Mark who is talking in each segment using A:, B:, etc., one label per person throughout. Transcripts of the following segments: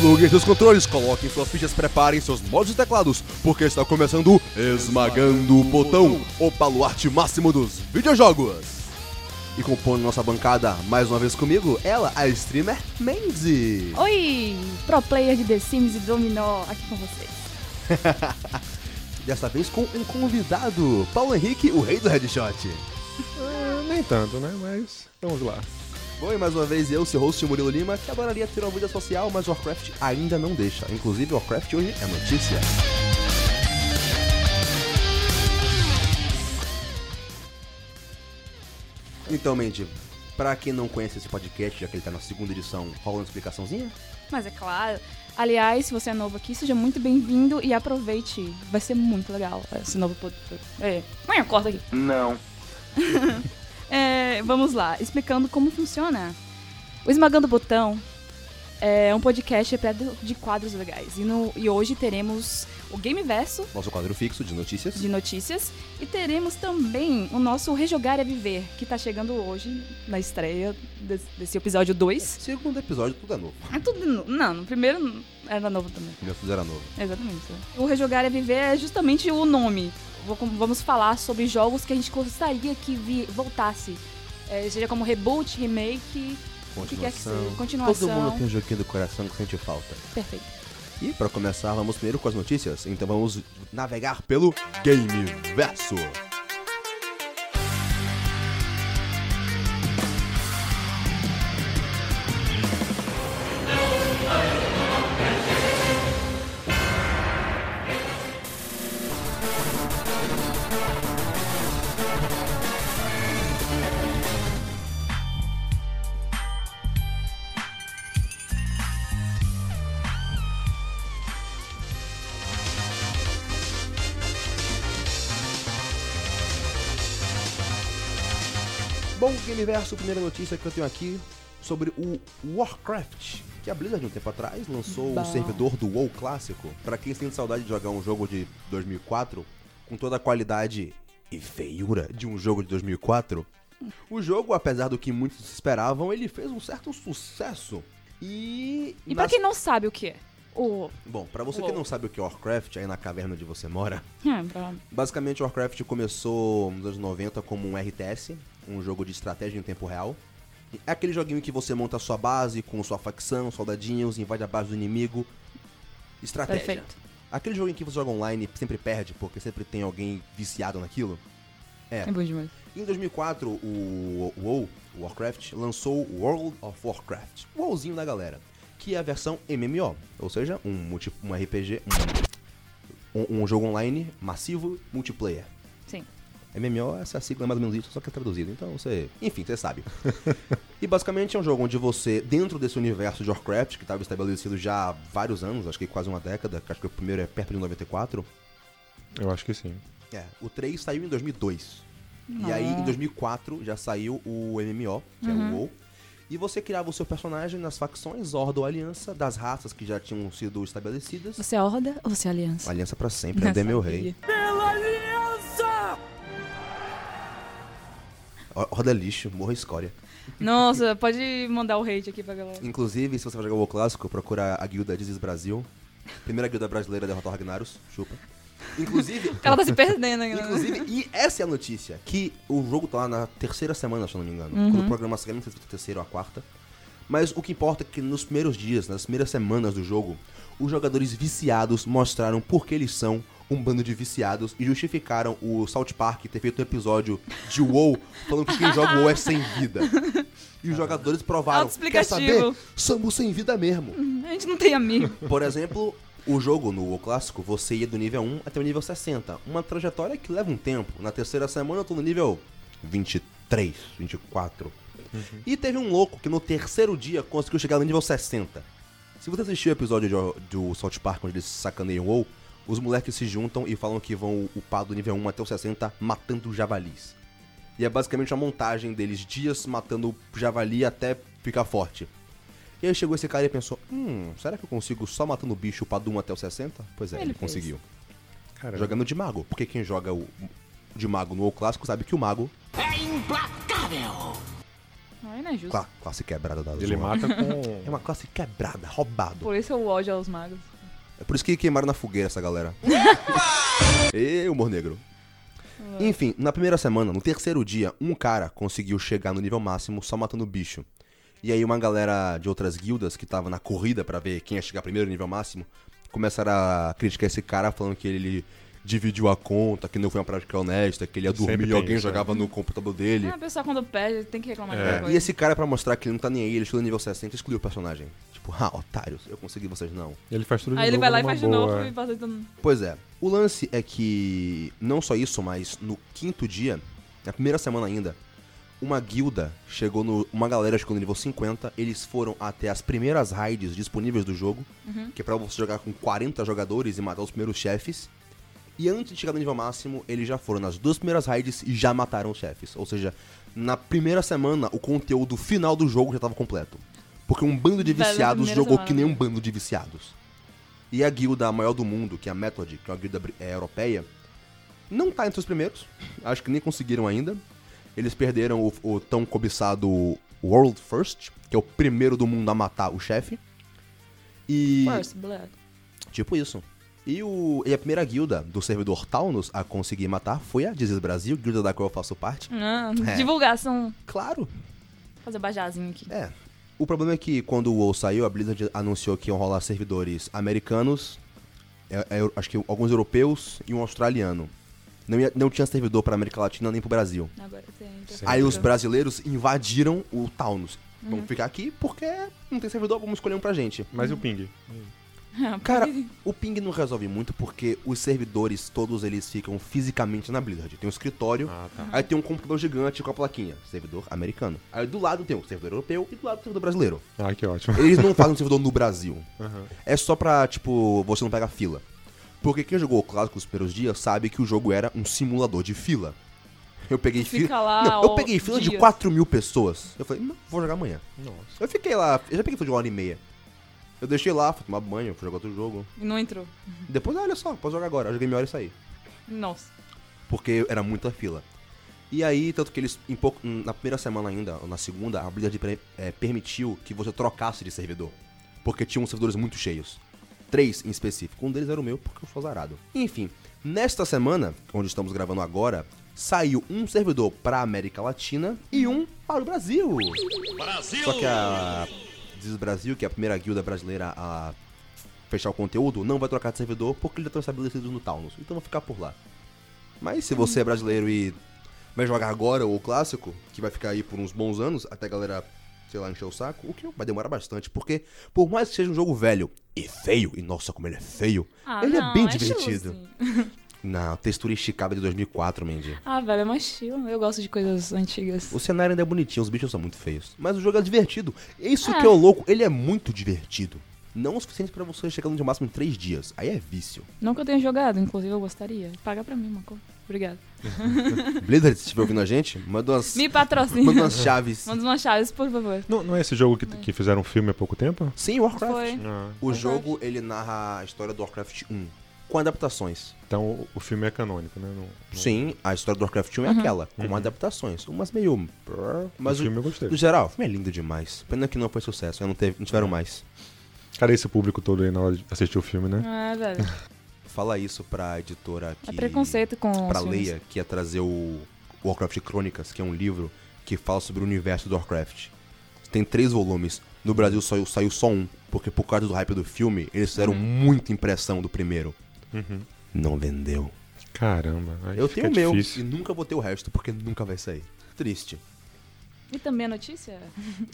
A: Pluguem seus controles, coloquem suas fichas, preparem seus mods e teclados, porque está começando o Esmagando o Botão, o baluarte máximo dos videojogos. E compondo nossa bancada, mais uma vez comigo, ela, a streamer Mandy.
B: Oi, pro player de The Sims e Dominó aqui com vocês.
A: Desta vez com um convidado, Paulo Henrique, o rei do headshot.
C: Ah, Nem tanto, né? Mas vamos lá.
A: Bom, e mais uma vez eu, seu host Murilo Lima, que adoraria ter uma vida social, mas Warcraft ainda não deixa. Inclusive, Warcraft hoje é notícia. Então, Mandy, pra quem não conhece esse podcast, já que ele tá na segunda edição, rola uma explicaçãozinha?
B: Mas é claro. Aliás, se você é novo aqui, seja muito bem-vindo e aproveite. Vai ser muito legal esse novo produto. É, mãe, acorda aqui.
D: Não.
B: É, vamos lá, explicando como funciona. O Esmagando o Botão é um podcast repleto de quadros legais. E, no- e hoje teremos o Game Verso
A: Nosso quadro fixo de notícias.
B: de notícias e teremos também o nosso Rejogar é Viver, que tá chegando hoje na estreia des- desse episódio 2.
A: Segundo episódio, tudo é novo.
B: É tudo novo. Não, no primeiro era novo também.
A: Primeiro tudo era novo.
B: Exatamente. O Rejogar é Viver é justamente o nome. Vou- Vamos falar sobre jogos que a gente gostaria que vi- voltasse. É, seja como reboot, remake, o que quer que
A: Continuação.
B: seja. Continuação.
A: Todo mundo tem um joguinho do coração que sente falta.
B: Perfeito.
A: E pra começar, vamos primeiro com as notícias. Então vamos navegar pelo Game Verso. Bom, Game Verso, primeira notícia que eu tenho aqui sobre o Warcraft. Que a Blizzard, um tempo atrás, lançou
B: Bom.
A: um servidor do WoW clássico. Pra quem sente saudade de jogar um jogo de 2004, com toda a qualidade e feiura de um jogo de 2004, o jogo, apesar do que muitos esperavam, ele fez um certo sucesso. E...
B: E pra
A: nas-
B: quem não sabe o que é? O.
A: Bom, pra você que
B: WoW.
A: não sabe o que é Warcraft, aí na caverna onde você mora...
B: Hum, pra-
A: Basicamente, Warcraft começou nos anos 90 como um RTS, um jogo de estratégia em tempo real. É aquele joguinho que você monta a sua base com sua facção, soldadinhos, invade a base do inimigo. Estratégia.
B: Perfeito.
A: Aquele jogo em que você joga online e sempre perde, porque sempre tem alguém viciado naquilo.
B: É bom demais.
A: Em 2004, o WoW, o Warcraft, lançou o World of Warcraft, o WoWzinho da galera, que é a versão MMO, ou seja, um, multi, um RPG, um- um- um jogo online massivo multiplayer.
B: Sim.
A: MMO, essa sigla é mais ou menos isso, só que é traduzido, então você. Enfim, você sabe. e basicamente é um jogo onde você, dentro desse universo de Warcraft, que estava estabelecido já há vários anos, acho que quase uma década, que acho que o primeiro é perto de 94.
C: Eu acho que sim.
A: É, o 3 saiu em 2002. E aí, em 2004, já saiu o MMO, que é o WoW. E você criava o seu personagem nas facções, Horda ou Aliança, das raças que já tinham sido estabelecidas.
B: Você é horda ou você é aliança?
A: Aliança pra sempre, André meu rei. Hor- Horda é lixo, morra escória.
B: Nossa, pode mandar o hate aqui pra galera.
A: Inclusive, se você vai jogar o WoW clássico, procura a guilda Dizes Brasil. Primeira guilda brasileira a derrotar o Ragnaros. Chupa. Inclusive,
B: O cara tá se perdendo ainda. né?
A: inclusive, e essa é a notícia, que o jogo tá lá na terceira semana, se eu não me engano.
B: Uhum.
A: Quando o programa sai, não sei se é a terceira ou a quarta. Mas o que importa é que nos primeiros dias, nas primeiras semanas do jogo, os jogadores viciados mostraram por que eles são um bando de viciados e justificaram o South Park ter feito um episódio de WoW falando que quem joga WoW é sem vida. E os jogadores provaram, quer saber?
B: Autoexplicativo.
A: Somos sem vida mesmo.
B: A gente não tem amigo.
A: Por exemplo, o jogo no WoW clássico, você ia do nível 1 até o nível 60. Uma trajetória que leva um tempo. Na terceira semana eu tô no nível 23, 24. E teve um louco que no terceiro dia conseguiu chegar no nível 60. Se você assistiu o episódio de- do South Park onde eles sacaneiam o WoW, os moleques se juntam e falam que vão upar do nível 1 até o 60 matando javalis. E é basicamente uma montagem deles dias matando javali até ficar forte. E aí chegou esse cara e pensou: Hum, será que eu consigo só matando o bicho para do 1 até o 60? Pois é,
B: Ele
A: ele,
B: fez.
A: conseguiu.
C: Cara,
A: Jogando de mago. Porque quem joga o de mago no WoW clássico sabe que o mago
E: É implacável!
B: Aí não é justo.
A: Cla- classe quebrada da
C: Ele
A: Zona.
C: mata
A: É
C: com.
A: uma classe quebrada, roubado.
B: Por isso eu ódio aos magos.
A: É por isso que queimaram na fogueira essa galera. e humor negro. Enfim, na primeira semana, no terceiro dia, um cara conseguiu chegar no nível máximo só matando bicho. E aí uma galera de outras guildas que tava na corrida pra ver quem ia chegar primeiro no nível máximo, começaram a criticar esse cara falando que ele dividiu a conta, que não foi uma prática honesta, que ele ia
C: Sempre
A: dormir e
C: tem
A: alguém
C: isso, né?
A: jogava no computador dele.
B: Ah, a pessoa quando perde tem que reclamar de
C: É.
B: alguma
A: E
B: coisa.
A: esse cara, pra mostrar que ele não tá nem aí, ele chegou no nível 60 e excluiu o personagem. Tipo, ah, otários, eu consegui, vocês não.
C: Ele faz tudo de
B: Aí ele
C: novo
A: é
B: vai lá e
C: numa
B: faz de
C: boa.
B: novo e passa tudo.
A: Pois é. O lance é que, não só isso, mas no quinto dia, na primeira semana ainda, uma guilda chegou no. Uma galera chegou no nível 50, eles foram até as primeiras raids disponíveis do jogo,
B: Uhum.
A: que é pra você jogar com 40 jogadores e matar os primeiros chefes. E antes de chegar no nível máximo, eles já foram nas duas primeiras raids e já mataram os chefes. Ou seja, na primeira semana, o conteúdo final do jogo já tava completo. Porque um bando de
B: Velho, na
A: viciados
B: primeira
A: jogou
B: semana.
A: que nem um bando de viciados. E a guilda maior do mundo, que é a Method, que é uma guilda bri- é, europeia, não tá entre os primeiros. Acho que nem conseguiram ainda. Eles perderam o, o tão cobiçado World First, que é o primeiro do mundo a matar o chefe. E.
B: First Blood.
A: Tipo isso. E, o, e a primeira guilda do servidor Taunus a conseguir matar foi a Dizes Brasil, guilda da qual eu faço parte.
B: Ah,
A: É.
B: Divulgação.
A: Claro.
B: Fazer bajazinho aqui.
A: É. O problema é que quando o WoW saiu, a Blizzard anunciou que iam rolar servidores americanos, é- é- eu acho que alguns europeus e um australiano. Não, ia- não tinha servidor pra América Latina nem pro Brasil.
B: Agora tem. tem-
C: Certo.
A: Aí os brasileiros invadiram o Taunus. Vamos ficar aqui porque não tem servidor, vamos escolher um pra gente.
C: Mas e o ping?
A: Cara, o ping não resolve muito porque os servidores, todos eles ficam fisicamente na Blizzard. Tem um escritório,
C: Ah, tá.
A: aí tem um computador gigante com a plaquinha, servidor americano. Aí do lado tem o servidor europeu e do lado o servidor brasileiro.
C: Ah, que ótimo.
A: Eles não fazem um servidor no Brasil.
C: Aham.
A: É só pra, tipo, você não pegar fila. Porque quem jogou o clássico os primeiros dias sabe que o jogo era um simulador de fila. Eu peguei
B: Fica
A: fila.
B: lá,
A: não, eu
B: ó,
A: peguei fila de
B: dias.
A: 4 mil pessoas. Eu falei, não, vou jogar amanhã.
C: Nossa.
A: Eu fiquei lá, eu já peguei fila de uma hora e meia. Eu deixei lá, fui tomar banho, fui jogar outro jogo.
B: E não entrou.
A: Depois, ah, olha só, posso jogar agora. Eu joguei minha hora e saí.
B: Nossa.
A: Porque era muita fila. E aí, tanto que eles, em pouco, hum, na primeira semana ainda, ou na segunda, a Blizzard pre- eh, permitiu que você trocasse de servidor. Porque tinham servidores muito cheios. Três em específico. Um deles era o meu, porque eu sou azarado. Enfim, nesta semana, onde estamos gravando agora, saiu um servidor pra América Latina e um para o Brasil. Brasil! Só que a Diz Brasil, que é a primeira guilda brasileira a fechar o conteúdo, não vai trocar de servidor porque eles já estão estabelecidos no Taunus. Então vão ficar por lá. Mas se você é brasileiro e vai jogar agora o clássico, que vai ficar aí por uns bons anos, até a galera, sei lá, encher o saco, o que vai demorar bastante, porque por mais que seja um jogo velho e feio, e nossa, como ele é feio,
B: Ah,
A: ele
B: não,
A: é bem
B: chill,
A: divertido.
B: sim.
A: Na textura esticada de 2004, Mandy.
B: Ah, velho, é mais chill. Eu gosto de coisas antigas.
A: O cenário ainda é bonitinho, os bichos são muito feios. Mas o jogo é divertido. Isso
B: É.
A: que é o louco, ele é muito divertido. Não o suficiente pra você chegar no máximo em 3 dias. Aí é vício.
B: Não que eu tenha jogado, inclusive eu gostaria. Paga pra mim uma coisa. Obrigado.
A: Blizzard, se estiver ouvindo a gente, manda umas,
B: Me patrocina.
A: manda umas chaves.
B: Manda umas chaves, por favor.
C: Não, não é esse jogo que, que fizeram um filme há pouco tempo?
A: Sim, Warcraft.
B: Foi.
C: Ah.
A: O jogo, ele narra a história do Warcraft 1, com adaptações.
C: Então o- o filme é canônico, né? Não- não-
A: Sim, a história do Warcraft 1 é aquela, com adaptações. Umas meio... Mas
C: o filme eu
A: o-
C: gostei.
A: no geral, o filme é lindo demais. Pena que não foi sucesso, né? não, teve, não tiveram mais.
C: Cara, esse público todo aí na hora de assistir o filme, né?
B: Ah, velho.
A: Fala isso pra editora que...
B: É preconceito com. os
A: Pra
B: filmes.
A: Leia, que ia trazer o Warcraft Crônicas, que é um livro que fala sobre o universo do Warcraft. Tem três volumes. No Brasil saiu, saiu só um, porque por causa do hype do filme, eles fizeram
C: Uhum.
A: muita impressão do primeiro. Não vendeu.
C: Caramba. aí
A: Eu
C: fica
A: tenho o meu
C: difícil.
A: e nunca vou ter o resto, porque nunca vai sair. Triste.
B: E também a notícia?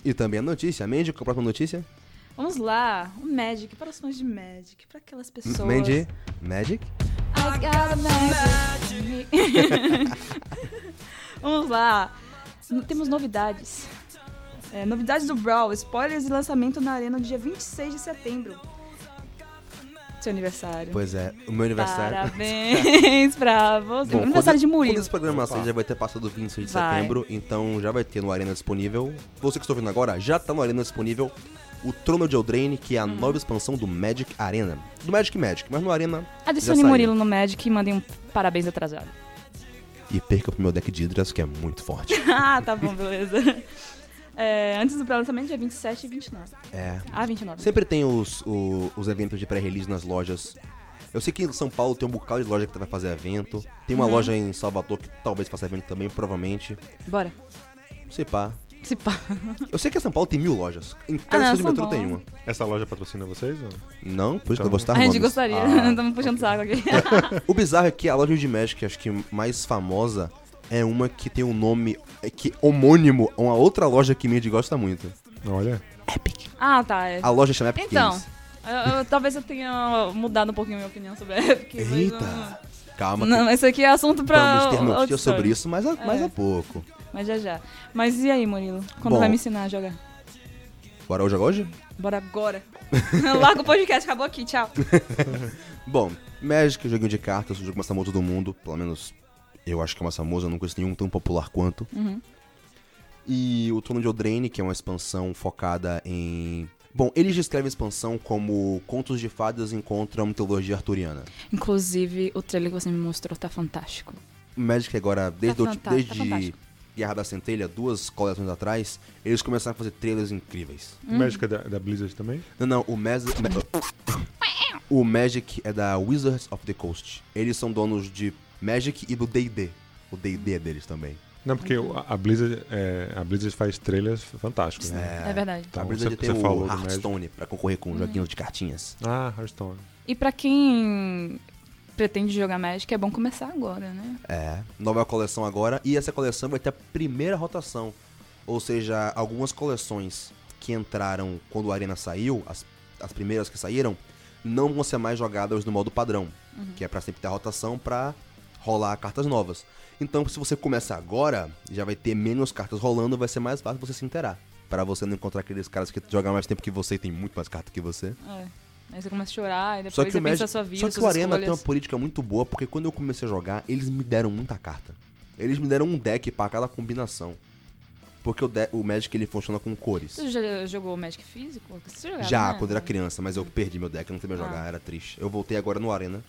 A: E também a notícia. Mandy, qual a próxima notícia?
B: Vamos lá. O Magic, para os fãs de Magic, para aquelas pessoas.
A: Mandy, Magic?
B: I got a magic. Vamos lá. No- Temos novidades. É, novidades do Brawl, spoilers e lançamento na arena no dia 26 de setembro. Seu aniversário.
A: Pois é, o meu aniversário.
B: Parabéns pra você.
A: Bom,
B: aniversário de
A: Quando
B: Murilo.
A: esse programa sair, já vai ter passado o 26 de
B: Vai.
A: setembro, então já vai ter no Arena disponível. Você que está ouvindo agora, já tá no Arena disponível o Trono de Eldraine, que é
B: Hum.
A: a nova expansão do Magic Arena. Do Magic Magic, mas no Arena
B: Adicione
A: já saiu.
B: Murilo no Magic e mandem um parabéns atrasado.
A: e perca pro meu deck de Hydras, que é muito forte.
B: ah, tá bom, beleza. É, antes do lançamento, dia 27 e 29.
A: É.
B: Ah, 29.
A: Sempre tem os, o- os eventos de pré-release nas lojas. Eu sei que em São Paulo tem um bocado de loja que vai fazer evento. Tem
B: Uhum.
A: uma loja em Salvador que talvez faça evento também, provavelmente.
B: Bora.
A: Se pá.
B: Se pá.
A: Eu sei que em São Paulo tem mil lojas. Em cada
B: Ah,
A: cidade
B: não,
A: de
B: São
A: metrô tem
B: Paulo.
A: uma.
C: Essa loja patrocina vocês? Ou?
A: Não, por isso que eu
C: Então-
A: vou citar
B: a gente
A: nomes.
B: gostaria.
C: Ah,
B: Estamos puxando o saco aqui.
A: O bizarro é que a loja de Magic, acho que mais famosa, é uma que tem um nome é que homônimo a uma outra loja que Mid gosta muito.
C: Olha,
B: ah, tá. é.
A: A loja chama Epic
B: Então,
A: Games.
B: eu- eu- talvez eu tenha mudado um pouquinho a minha opinião sobre a Epic. mas
A: Eita! Calma,
B: Não,
A: que
B: não, isso aqui é assunto pra.
A: vamos ter
B: outra
A: notícias é sobre
B: história.
A: isso mais a, mais
B: É.
A: a pouco.
B: Mas já já. Mas e aí, Murilo? Quando
A: Bom.
B: vai me ensinar a jogar?
A: Bora hoje hoje?
B: Bora agora. Larga o podcast, acabou aqui, tchau.
A: Bom, Magic, é um joguinho de cartas, o jogo mais famoso do mundo, pelo menos eu acho que é mais famoso, eu não conheço nenhum tão popular quanto.
B: Uhum.
A: E o Trono de Eldraine, que é uma expansão focada em... Bom, eles descrevem a expansão como contos de fadas encontram mitologia arturiana.
B: Inclusive, o trailer que você me mostrou tá fantástico.
A: Magic agora, desde, o-
B: fanta- tá
A: desde
B: fantástico.
A: Guerra da Centelha, duas coleções atrás, eles começaram a fazer trailers incríveis.
B: Hum.
C: o Magic é da, da Blizzard também?
A: Não, não, o Magic. O Magic é da Wizards of the Coast. Eles são donos de Magic e do DD. O DD é deles também.
C: Não, porque
B: Uhum.
C: o- a a Blizzard, é, a Blizzard faz trailers fantásticos, né?
B: É, verdade.
C: Então,
A: a Blizzard
C: você-
A: tem
C: você
A: o
C: falou do Magic.
A: Hearthstone pra concorrer com um joguinho de cartinhas.
C: Ah, Hearthstone.
B: E pra quem pretende jogar Magic, é bom começar agora, né?
A: É. Nova coleção agora. E essa coleção vai ter a primeira rotação. Ou seja, algumas coleções que entraram quando a Arena saiu, as, as primeiras que saíram, não vão ser mais jogadas no modo padrão. Que é pra sempre ter a rotação pra rolar cartas novas. Então, se você começa agora, já vai ter menos cartas rolando, vai ser mais fácil você se inteirar. Pra você não encontrar aqueles caras que jogam mais tempo que você e tem muito mais cartas que você.
B: É. Aí você começa a chorar e depois
A: Só que,
B: você
A: o
B: pensa
A: Magic,
B: a sua vida,
A: só que
B: suas
A: o Arena tem uma
B: escolhas.
A: política muito boa, porque quando eu comecei a jogar, eles me deram muita carta. Eles me deram um deck pra cada combinação. Porque o, de- o Magic ele funciona com cores.
B: Você já jogou Magic físico? Você jogava,
A: Já,
B: né?
A: quando era criança, mas eu perdi meu deck, não sabia
B: Ah. Uhum.
A: jogar, era triste. Eu voltei agora no Arena.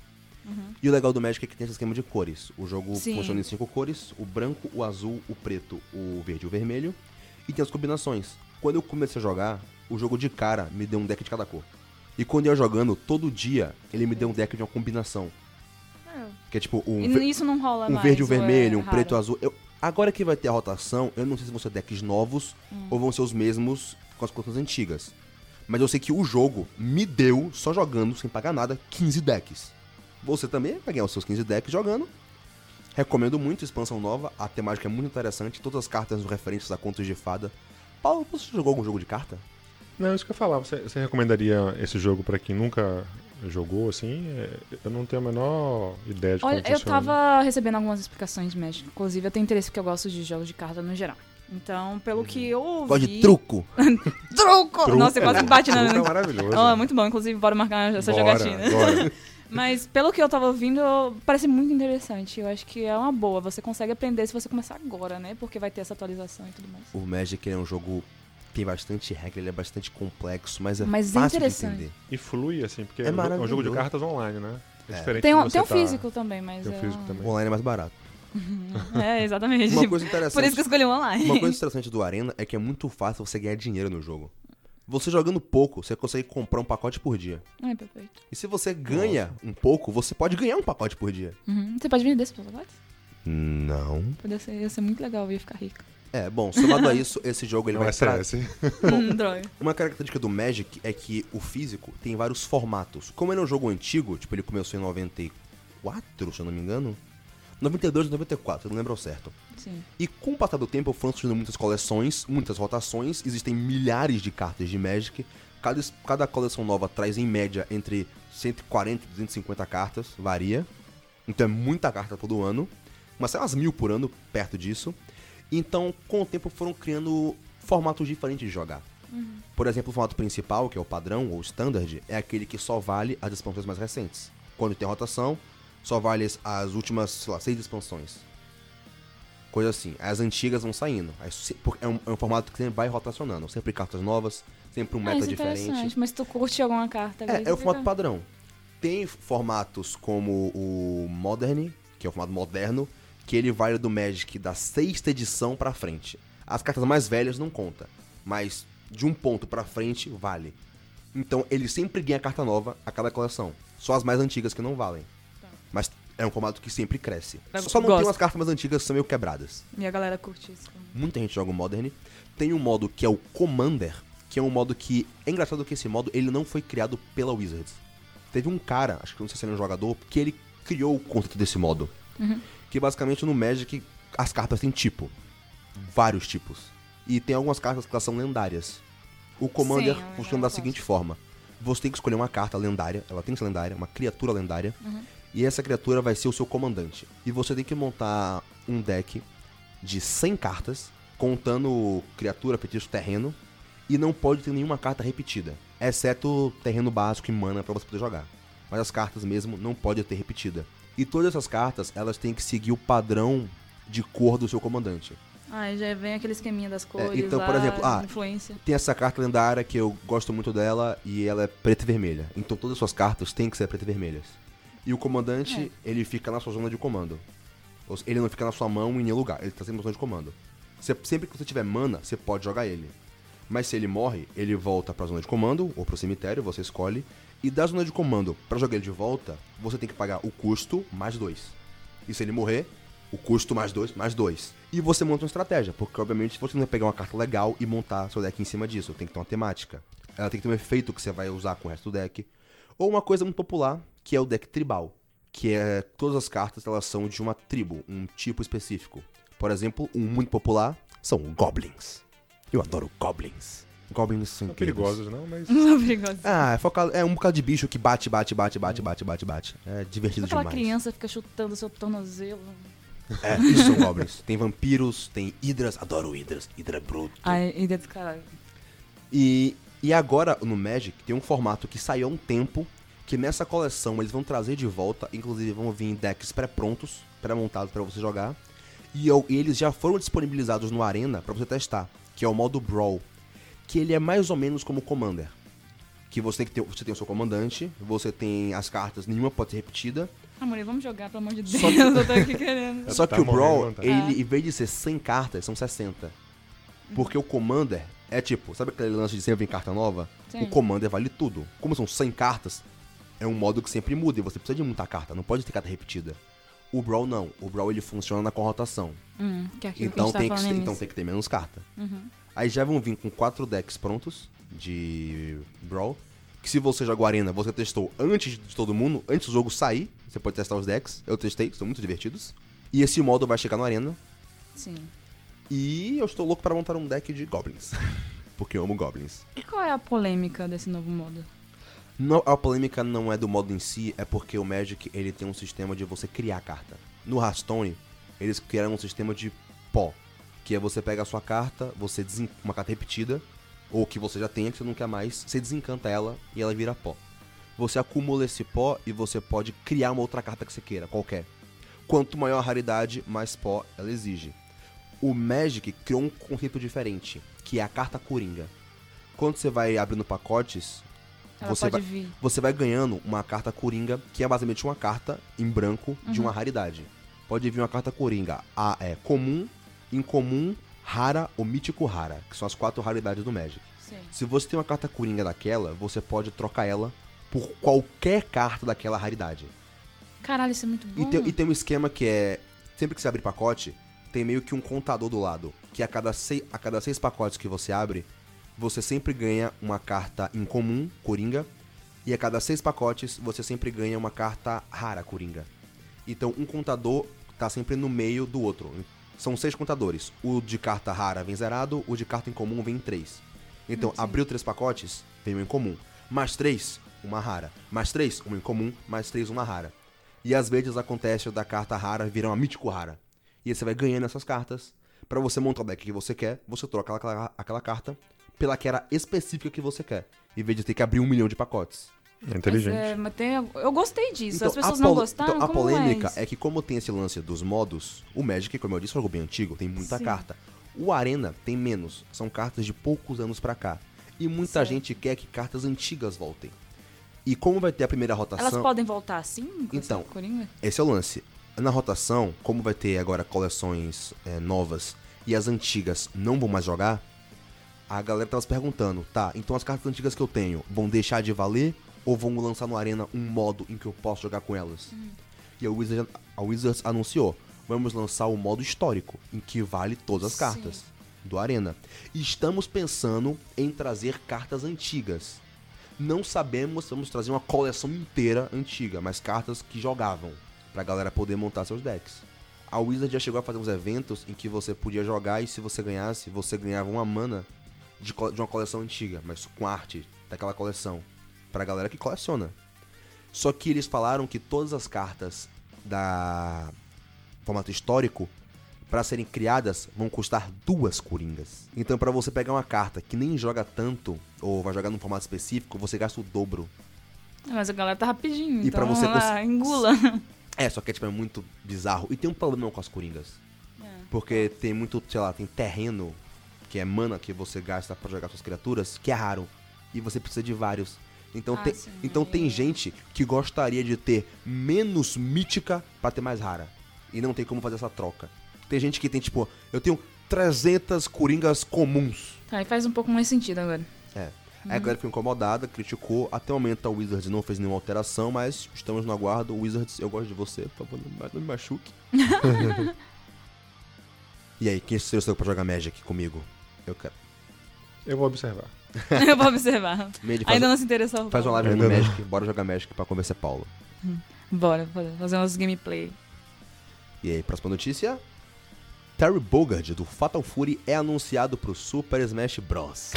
A: E o legal do Magic é que tem esse esquema de cores. O jogo
B: Sim.
A: funciona em cinco cores: o branco, o azul, o preto, o verde e o vermelho. E tem as combinações. Quando eu comecei a jogar, o jogo de cara me deu um deck de cada cor. E quando eu ia jogando, todo dia, ele me deu um deck de uma combinação.
B: É.
A: Que é tipo um,
B: E
A: ver-
B: isso não rola
A: um
B: mais.
A: verde, um
B: ou é
A: vermelho, um
B: raro?
A: preto, um azul. Eu- agora que vai ter a rotação, eu não sei se vão ser decks novos
B: Hum.
A: ou vão ser os mesmos com as coleções antigas. Mas eu sei que o jogo me deu, só jogando, sem pagar nada, 15 decks. Você também vai ganhar os seus 15 decks jogando. Recomendo muito, expansão nova, a temática é muito interessante, todas as cartas referentes a contos de fada. Paulo, você jogou algum jogo de carta?
C: Não, isso que eu ia falar. Você, você recomendaria esse jogo pra quem nunca jogou, assim? É, Eu não tenho a menor ideia de
B: Olha,
C: como
B: eu
C: funciona.
B: tava recebendo algumas explicações de Magic. Inclusive, eu tenho interesse porque eu gosto de jogos de carta no geral. Então, pelo que eu ouvi...
A: Gosta de truco?
B: Truco!
C: Truco.
B: Nossa, eu quase bate na...
C: Truco é maravilhoso.
B: Oh, é muito bom. Inclusive, bora marcar essa
C: Bora,
B: jogatina.
C: bora.
B: Mas pelo que eu tava ouvindo, parece muito interessante. Eu acho que é uma boa. Você consegue aprender se você começar agora, né? Porque vai ter essa atualização e tudo mais.
A: O Magic ele é um jogo tem bastante regra, ele é bastante complexo, mas é
B: Mas é
A: fácil de
B: interessante.
A: entender.
C: E flui, assim, porque
A: É
C: é, um jogo- é um jogo de
A: maravilhoso.
C: cartas online, né? É,
A: É.
C: diferente
B: Tem
C: de
B: um,
C: você
B: tem um
C: tá-
B: físico também, mas.
C: Tem um
B: é
C: físico
B: um-
C: também.
A: O online é mais barato.
B: É, exatamente.
A: Uma coisa
B: Por isso
A: interessante.
B: que eu escolhi o online.
A: Uma coisa interessante do Arena é que é muito fácil você ganhar dinheiro no jogo. Você jogando pouco, você consegue comprar um pacote por dia.
B: Ai, perfeito.
A: E se você ganha um pouco, você pode ganhar um pacote por dia.
B: Uhum. Você pode vender esse pacote?
A: Não.
B: Podia ser, ia ser muito legal, eu ia ficar rica.
A: É, bom, somado a isso, esse jogo ele
C: Não
A: vai
C: é
A: tra-
C: CS.
B: Hum, droga.
A: Uma característica do Magic é que o físico tem vários formatos. Como ele é um jogo antigo, tipo, ele começou em 94, se eu não me engano. 92, 94, eu não lembro ao certo.
B: Sim.
A: E com o passar do tempo foram surgindo muitas coleções, muitas rotações, existem milhares de cartas de Magic. Cada, es- cada coleção nova traz em média entre 140 e 250 cartas, varia. Então é muita carta todo ano, mas sei lá, umas mil por ano perto disso. Então com o tempo foram criando formatos diferentes de jogar.
B: Uhum.
A: Por exemplo, o formato principal, que é o padrão ou standard, é aquele que só vale as expansões mais recentes. Quando tem rotação, só vale as- as últimas, sei lá, seis expansões. Coisa assim, as antigas vão saindo. Aí se- por- É um, é um formato que sempre vai rotacionando. Sempre cartas novas, sempre um
B: Ah,
A: meta
B: isso é
A: diferente.
B: interessante. Mas tu curte alguma carta? então?
A: É, é o formato padrão. Tem formatos como o Modern, que é o formato moderno, que ele vai do Magic da sexta edição pra frente. A As cartas mais velhas não conta, mas de um ponto pra frente vale. Então ele sempre ganha carta nova a cada coleção. Só as mais antigas que não valem. Mas é um formato que sempre cresce.
B: Eu
A: Só não tem
B: gosto.
A: umas cartas mais antigas que são meio quebradas
B: Minha galera curte isso.
A: muita gente joga o Modern. Tem um modo que é o Commander, que é um modo que. É engraçado que esse modo ele não foi criado pela Wizards. Teve um cara, acho que não sei se ele é um jogador, que ele criou o conceito desse modo. Que basicamente no Magic as cartas têm tipo. Vários tipos. E tem algumas cartas que elas são lendárias. O Commander
B: Sim, eu- eu
A: funciona da
B: gosto.
A: seguinte forma: você tem que escolher uma carta lendária, ela tem que ser lendária, uma criatura lendária. E essa criatura vai ser o seu comandante. E você tem que montar um deck de 100 cartas, contando criatura, feitiço, terreno, e não pode ter nenhuma carta repetida, exceto terreno básico e mana pra você poder jogar. Mas as cartas mesmo não pode ter repetida. E todas essas cartas, elas têm que seguir o padrão de cor do seu comandante.
B: Ai, Ah, já vem aquele esqueminha das cores.
A: então, por
B: lá,
A: exemplo, ah,
B: influência.
A: Tem essa carta lendária que eu gosto muito dela e ela é preta e vermelha. Então todas as suas cartas têm que ser preta e vermelhas. E o comandante, ele fica na sua zona de comando. Ou se- Ele não fica na sua mão em nenhum lugar, ele tá sempre na zona de comando. Você- sempre que você tiver mana, você pode jogar ele. Mas se ele morre, ele volta pra zona de comando ou pro cemitério, você escolhe. E da zona de comando pra jogar ele de volta, você tem que pagar o custo mais dois. E se ele morrer, o custo mais dois, mais dois. E você monta uma estratégia, porque obviamente você não vai pegar uma carta legal e montar seu deck em cima disso. Tem que ter uma temática. Ela tem que ter um efeito que você vai usar com o resto do deck. Ou uma coisa muito popular, que é o deck tribal. Que é todas as cartas elas são de uma tribo, um tipo específico. Por exemplo, um muito popular são goblins. Eu adoro goblins. Goblins são
C: Não
A: incríveis.
C: perigosos, não, mas.
B: Não, perigoso.
A: Ah, é, focado, é um bocado de bicho que bate, bate, bate, bate, bate, bate, bate. É divertido
B: Aquela
A: demais.
B: criança fica chutando seu tornozelo.
A: É, isso são goblins. Tem vampiros, tem hidras, adoro hidras, hidra bruto.
B: Ai, Ah, e dentro do caralho.
A: E, e agora no Magic tem um formato que saiu há um tempo, que nessa coleção eles vão trazer de volta, inclusive vão vir decks pré-prontos, pré-montados pra você jogar. E, eu- e eles já foram disponibilizados no Arena pra você testar, que é o modo Brawl, que ele é mais ou menos como o Commander. Que você tem que ter, você tem o seu comandante, você tem as cartas, nenhuma pode ser repetida,
B: Ah, Maria, vamos jogar, pelo amor de Deus.
A: Só que-
B: Eu tô aqui querendo.
A: Só
C: Tá
A: que o
C: morrendo
A: Brawl,
C: vontade.
A: ele, em vez de ser 100 cartas, são 60. Porque o Commander é tipo, sabe aquele lance de sempre vir carta nova?
B: Sim.
A: O Commander vale tudo. Como são 100 cartas, é um modo que sempre muda e você precisa de muita carta, não pode ter carta repetida. O Brawl não, o Brawl ele funciona na corrotação.
B: Hum, que é aquilo
A: Então,
B: que a gente
A: tem,
B: tá
A: que,
B: falando
A: então
B: nisso.
A: tem que ter menos carta.
B: Uhum.
A: Aí já vão vir com quatro decks prontos de Brawl. Que se você joga o Arena, você testou antes de todo mundo, antes do jogo sair. Você pode testar os decks. Eu testei, são muito divertidos. E esse modo vai chegar no Arena.
B: Sim.
A: E eu estou louco pra montar um deck de Goblins. Porque eu amo Goblins.
B: E qual é a polêmica desse novo modo?
A: Não, a polêmica não é do modo em si, é porque o Magic ele tem um sistema de você criar carta. No Hearthstone, eles criaram um sistema de pó, que é você pega a sua carta, você desen... uma carta repetida ou que você já tenha que você não quer mais, você desencanta ela e ela vira pó. Você acumula esse pó e você pode criar uma outra carta que você queira, qualquer. Quanto maior a raridade, mais pó ela exige. O Magic criou um conceito diferente, que é a carta coringa. Quando você vai abrindo pacotes,
B: Ela
A: Você
B: pode
A: vai-
B: vir.
A: você vai ganhando uma carta coringa, que é basicamente uma carta em branco de
B: Uhum.
A: uma raridade. Pode vir uma carta coringa, a é comum, incomum, rara ou mítico rara, que são as quatro raridades do Magic.
B: Sim.
A: Se você tem uma carta coringa daquela, você pode trocar ela por qualquer carta daquela raridade.
B: Caralho, isso é muito bom.
A: E tem, e tem um esquema que é. Sempre que você abre pacote, tem meio que um contador do lado. Que a cada, sei, a cada seis pacotes que você abre, você sempre ganha uma carta incomum, Coringa. E a cada seis pacotes, você sempre ganha uma carta rara, Coringa. Então um contador tá sempre no meio do outro. São seis contadores. O de carta rara vem zerado, o de carta incomum vem em três. Então, abriu três pacotes, vem um incomum. Mais três, uma rara. Mais três, uma incomum. Mais três, uma rara. E às vezes acontece da carta rara virar uma mítico rara. E aí você vai ganhando essas cartas. Pra você montar o deck que você quer, você troca aquela, aquela carta pela que era específica que você quer. Em vez de ter que abrir um milhão de pacotes.
C: É inteligente.
B: Mas, é, mas tem- eu gostei disso.
A: Então,
B: As
A: a
B: pessoas não
A: pol-
B: gostaram?
A: então, a
B: Como
A: polêmica
B: é,
A: é que como tem esse lance dos modos, o Magic, como eu disse, é um jogo bem antigo, tem muita
B: Sim.
A: carta. O Arena tem menos, são cartas de poucos anos pra cá. E muita
B: Certo.
A: gente quer que cartas antigas voltem. E como vai ter a primeira rotação...
B: Elas podem voltar assim? Com
A: Então.
B: essa Coringa?
A: Esse é o lance. Na rotação, como vai ter agora coleções é, novas e as antigas não vão mais jogar, a galera tava se perguntando, tá, então as cartas antigas que eu tenho vão deixar de valer ou vão lançar no Arena um modo em que eu posso jogar com elas? E a Wizards, a Wizards anunciou, vamos lançar o modo histórico, em que vale todas as
B: Sim.
A: cartas do Arena. E Estamos pensando em trazer cartas antigas. Não sabemos se vamos trazer uma coleção inteira antiga, mas cartas que jogavam, pra galera poder montar seus decks. A Wizard já chegou a fazer uns eventos em que você podia jogar e se você ganhasse, você ganhava uma mana de, co- de uma coleção antiga, mas com arte daquela coleção, pra galera que coleciona. Só que eles falaram que todas as cartas da formato histórico para serem criadas vão custar duas coringas. Então pra você pegar uma carta que nem joga tanto ou vai jogar num formato específico, você gasta o dobro.
B: Mas a galera tá rapidinho,
A: E pra
B: então
A: você
B: ela
A: cons-
B: engula.
A: É, só que tipo, é muito bizarro. E tem um problema com as coringas.
B: É.
A: Porque tem muito, sei lá, tem terreno, que é mana que você gasta pra jogar suas criaturas, que é raro. E você precisa de vários. Então,
B: Ah,
A: tem,
B: sim,
A: então
B: aí
A: tem
B: é.
A: gente que gostaria de ter menos mítica pra ter mais rara. E não tem como fazer essa troca. Tem gente que tem, tipo, eu tenho 300 coringas comuns.
B: Tá, e faz um pouco mais sentido agora.
A: É. Aí a galera ficou incomodada, criticou. Até o momento a Wizards não fez nenhuma alteração, mas estamos no aguardo. Wizards, eu gosto de você, por favor, não, não me machuque. e aí, quem seria o seu pra jogar Magic comigo? Eu quero.
C: Eu vou observar.
B: Eu vou observar.
A: Made faz, um-
B: Ainda não se interessou.
A: faz uma live no
C: Ainda não.
A: Magic, bora jogar Magic pra convencer Paulo.
B: Bora, bora fazer umas gameplay.
A: E aí, próxima notícia. Terry Bogard, do Fatal Fury, é anunciado pro Super Smash Bros.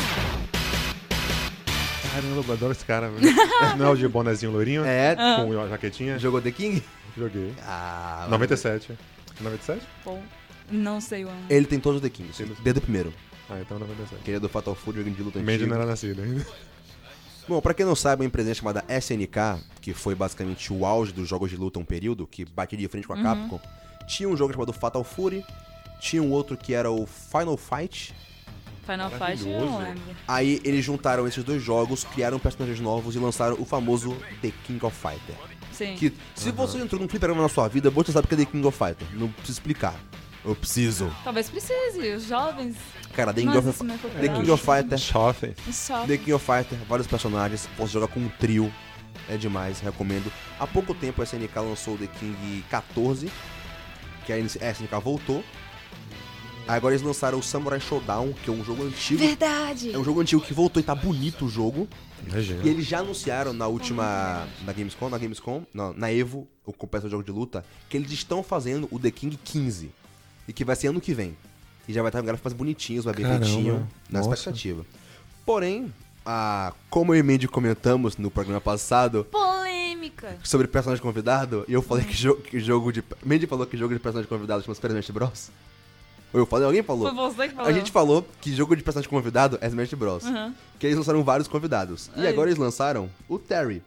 C: Caramba, eu adoro esse cara, velho. Não é o de bonezinho loirinho?
A: É,
B: Ah.
C: Com a jaquetinha?
A: jogou The King?
C: Joguei.
A: Ah,
C: 97. 97?
B: Bom, não sei o ano.
A: ele tem todos os The Kings,
C: Sim.
A: desde o primeiro.
C: Ah, então 97.
A: Que ele é do Fatal Fury, jogando de luta
C: Mandy
A: antigo.
C: não era nascido ainda.
A: Bom, pra quem não sabe, é uma empresa chamada SNK, que foi basicamente o auge dos jogos de luta um período, que batia de frente com a Capcom, tinha um jogo chamado Fatal Fury, tinha um outro que era o Final Fight.
B: Final Fight é um eu não
C: É Maravilhoso.
B: lembro.
A: Aí eles juntaram esses dois jogos, criaram personagens novos e lançaram o famoso The King of Fighter.
B: Sim.
A: Que se você entrou num fliperama na sua vida, você sabe que é The King of Fighter. Não preciso explicar. Eu preciso.
B: Talvez precise, os jovens.
A: Cara, The King,
B: Nossa,
A: of,
B: isso não é
A: The King of Fighter
C: Chofem.
B: Só.
A: The King of Fighter, vários personagens, posso jogar com um trio, é demais, recomendo. Há pouco tempo a SNK lançou o The King 14, que a SNK voltou. Agora eles lançaram o Samurai Showdown, que é um jogo antigo.
B: Verdade!
A: É um jogo antigo que voltou e tá bonito o jogo. E
C: Imagina.
A: eles já anunciaram na última. Na Gamescom, na Gamescom, não, na Evo, o competição de jogo de luta, que eles estão fazendo o The King 15. E que vai ser ano que vem. E já vai estar um gráfico mais bonitinho, vai bem
C: Caramba,
A: feitinho, na
C: nossa.
A: expectativa. Porém, a, como eu e Mandy comentamos no programa passado
B: Polêmica!
A: sobre personagem convidado, e eu falei que, jo- que jogo de. Mandy falou que jogo de personagem convidado chama Super Smash Bros. Ou eu falei, alguém falou?
B: Foi você que falou.
A: A gente falou que jogo de personagem convidado é Smash Bros.
B: Aham.
A: Que eles lançaram vários convidados. E
B: Ai.
A: agora eles lançaram o Terry.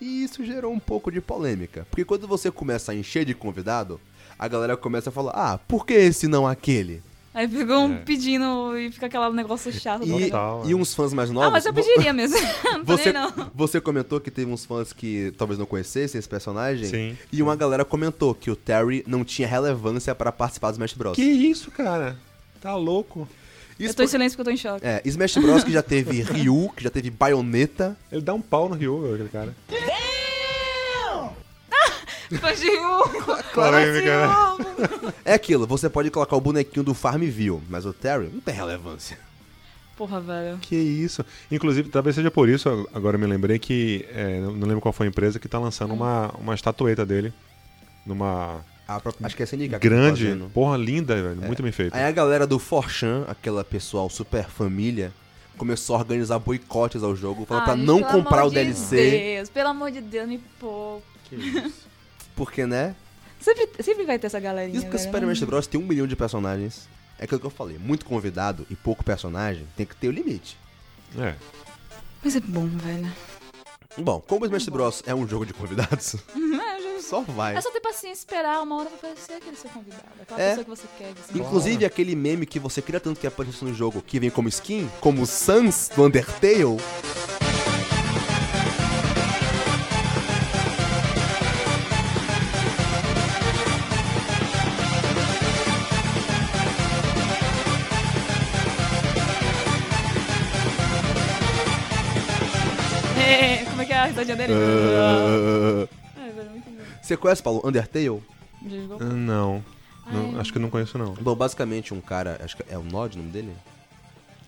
A: E isso gerou um pouco de polêmica. Porque quando você começa a encher de convidado, a galera começa a falar: ah, por que esse não aquele?
B: Aí ficou um
C: É.
B: pedindo e fica aquele negócio chato.
A: E,
B: do-
C: Total,
A: e
C: é.
A: uns fãs mais novos.
B: Ah, mas eu
A: vo-
B: pediria mesmo. não tô
A: Você,
B: nem não.
A: você comentou que teve uns fãs que talvez não conhecessem esse personagem.
C: Sim.
A: E uma galera comentou que o Terry não tinha relevância pra participar do Smash Bros.
C: Que isso, cara? Tá louco.
A: Isso
B: eu tô em
A: por-
B: silêncio porque eu tô em choque.
A: É, Smash Bros. que já teve Ryu, que já teve Bayonetta.
C: Ele dá um pau no Ryu, velho, aquele cara.
B: Ficou de um uvo.
C: Polêmica,
A: É aquilo, você pode colocar o bonequinho do Farmville, mas o Terry não tem relevância.
B: Porra, velho.
C: Que isso. Inclusive, talvez seja por isso, agora eu me lembrei que. é, não não lembro qual foi a empresa que tá lançando uma, uma estatueta dele. Numa
A: A própria, acho que é a SNK. que tá
C: grande.
A: fazendo. É.
C: Porra, linda, velho. Muito bem feita.
A: Aí a galera do Forchan, aquela pessoal super família, começou a organizar boicotes ao jogo, falando
B: Ah,
A: pra
B: gente,
A: não
B: pelo
A: comprar
B: amor
A: o
B: de
A: DLC,
B: Deus, pelo amor de Deus, me poupa.
C: Que isso.
A: porque, né?
B: Sempre, sempre vai ter essa galerinha.
A: Isso porque o
B: velho. né?
A: Super Smash Bros. tem um milhão de personagens. É aquilo que eu falei, muito convidado e pouco personagem, tem que ter o limite.
C: É.
B: Mas é bom, velho.
A: Bom, como o Smash Bros. é um jogo de convidados,
B: É, eu já-
A: só vai.
B: É só ter paciência e esperar uma hora pra aparecer aquele seu convidado. Aquela
A: É.
B: pessoa que você quer. Assim.
A: Inclusive aquele meme que você queria tanto que aparecesse no jogo, que vem como skin, como o Sans do Undertale,
B: é a risadinha dele.
A: É.
C: Ah,
B: Ai, velho, é muito bom.
A: Você conhece, Paulo, Undertale?
B: Já jogou?
C: Não. Não,
B: Ai.
C: acho que eu não conheço, não.
A: Bom, basicamente um cara, acho que é o Nod o nome dele?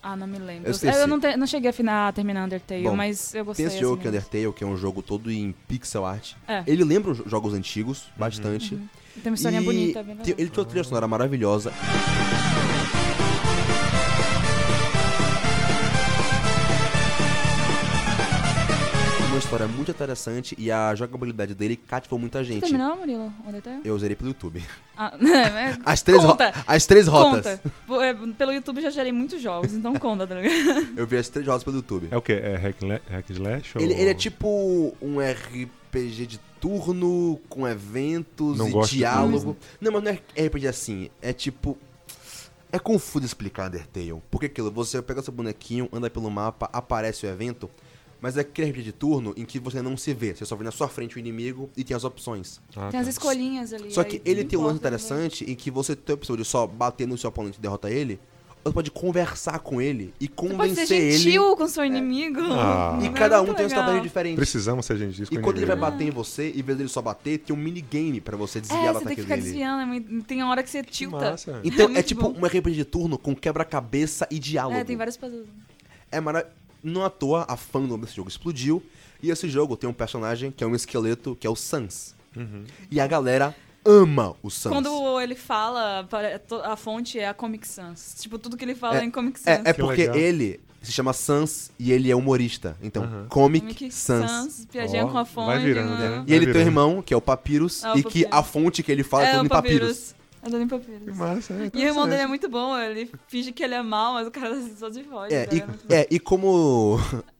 B: Ah, não me lembro.
A: Eu
B: Eu,
A: esqueci.
B: eu não, te- não cheguei a final, terminar Undertale,
A: Bom,
B: mas eu gostei.
A: Tem esse jogo
B: assim
A: que é
B: mesmo.
A: Undertale, que é um jogo todo em pixel art.
B: É.
A: Ele lembra os jo- jogos antigos, bastante.
B: Tem uma historinha
A: E
B: bonita. é Bem
A: tem-
B: legal.
A: ele tem uma trilha sonora maravilhosa. Uma história muito interessante e a jogabilidade dele cativou muita
B: Você
A: gente.
B: terminou, Murilo? Undertale?
A: Eu zerei pelo YouTube.
B: Ah, né?
A: As três, ro-
B: Conta.
A: as três rotas.
B: Conta. Pô, é, Pelo YouTube eu já gerei muitos jogos, então conta, droga.
A: Eu vi as três rotas pelo YouTube.
C: É o quê? É hack, and la- hack and slash?
A: Ele,
C: ou-
A: ele é tipo um RPG de turno, com eventos
C: Não
A: e
C: gosto de
A: diálogo. Não, mas não é RPG assim. É tipo. É confuso explicar Undertale. Porque aquilo, você pega seu bonequinho, anda pelo mapa, aparece o evento. Mas é aquele RPG de turno em que você não se vê. Você só vê na sua frente o inimigo e tem as opções.
C: Ah,
B: Tem as
C: tá.
B: escolhinhas ali.
A: Só
B: aí
A: que ele
B: tu
A: tem um lance
B: encontra, né?
A: interessante em que você tem a opção de só bater no seu oponente e derrotar ele. Ou você pode conversar com ele e
B: Você pode ser
A: convencer um é ele.
B: gentil com seu inimigo.
C: Ah.
A: E
B: Não é
A: cada um
B: muito
A: tem um
B: legal.
A: estratégia diferente.
C: Precisamos ser gente disso.
A: E
C: com
A: quando ele vai
C: ninguém.
A: bater em você, em vez dele só bater, tem um minigame pra você desviar
B: É,
A: do
B: você tem
A: ataque
B: que ficar
A: dele.
B: desviando. é muito- Tem hora que você
C: Que
B: tilta.
C: Massa.
A: Então é,
B: muito
A: tipo
B: bom.
A: um RPG de turno com quebra-cabeça e diálogo.
B: É, tem várias puzzles.
A: É mara- Não à toa, a fandom desse jogo explodiu. E esse jogo tem um personagem que é um esqueleto, que é o Sans.
C: Uhum.
A: E a galera ama o Sans.
B: Quando ele fala, pare- to- a fonte é a Comic Sans. Tipo, tudo que ele fala é, em Comic Sans.
A: É, é
C: Que
A: porque
C: legal.
A: ele se chama Sans e ele é humorista. Então,
C: Aham.
A: Comic,
B: Comic
A: Sans.
B: Sans, piadinha
C: Ó,
B: com a
C: vai
B: fonte.
C: virando,
B: né?
C: né?
A: E ele tem um
C: virando.
A: irmão, que é o Papyrus,
B: Ah, o
A: e que
B: Papyrus.
A: a fonte que ele fala é,
B: É,
A: tudo
B: o
A: em Papyrus.
B: Papyrus. É do Papyrus.
C: Que massa. é
B: E o irmão dele é
C: interessante.
B: muito bom, ele finge que ele é mal, mas o cara é só de voz.
A: É,
B: cara,
A: e-
B: é muito-
A: é, e como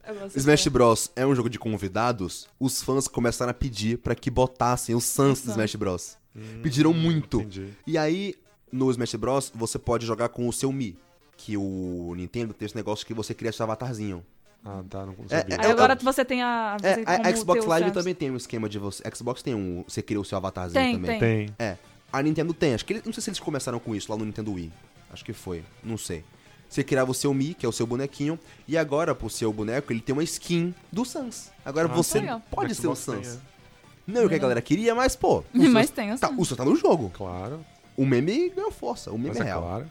B: eu gosto
A: Smash
B: dele.
A: Bros. é um jogo de convidados, os fãs começaram a pedir pra que botassem o Sans do Smash Bros. Pediram muito.
C: Hum, Entendi.
A: E aí, no Smash Bros, você pode jogar com o seu Mi. Que o Nintendo tem esse negócio que você cria seu avatarzinho.
C: Ah, tá. Não sabia.
A: É,
B: Aí
A: eu-
B: agora
A: eu-
B: você tem a. você
A: É,
B: tem
A: a
B: como
A: Xbox
B: ter o
A: Live
B: Sans.
A: também tem um esquema de você. Xbox tem um. Você cria o seu avatarzinho
B: Tem,
A: também.
B: tem.
C: Tem.
A: É. A Nintendo tem, acho que eles. Não sei se eles começaram com isso lá no Nintendo Wii. Acho que foi. Não sei. Você criava o seu Mi, que é o seu bonequinho, e agora, pro seu boneco, ele tem uma skin do Sans. Agora
C: Ah,
A: você
B: legal.
A: pode ser o
C: Xbox tem,
A: Sans.
C: é.
A: Não é o que a galera queria, mas, pô. o
B: Mas
A: Sans-
B: tem, eu
A: tá,
B: sei.
A: o Sans tá no jogo.
C: Claro.
A: O meme ganhou força, o meme
C: Mas
A: é
C: é
A: real.
C: claro.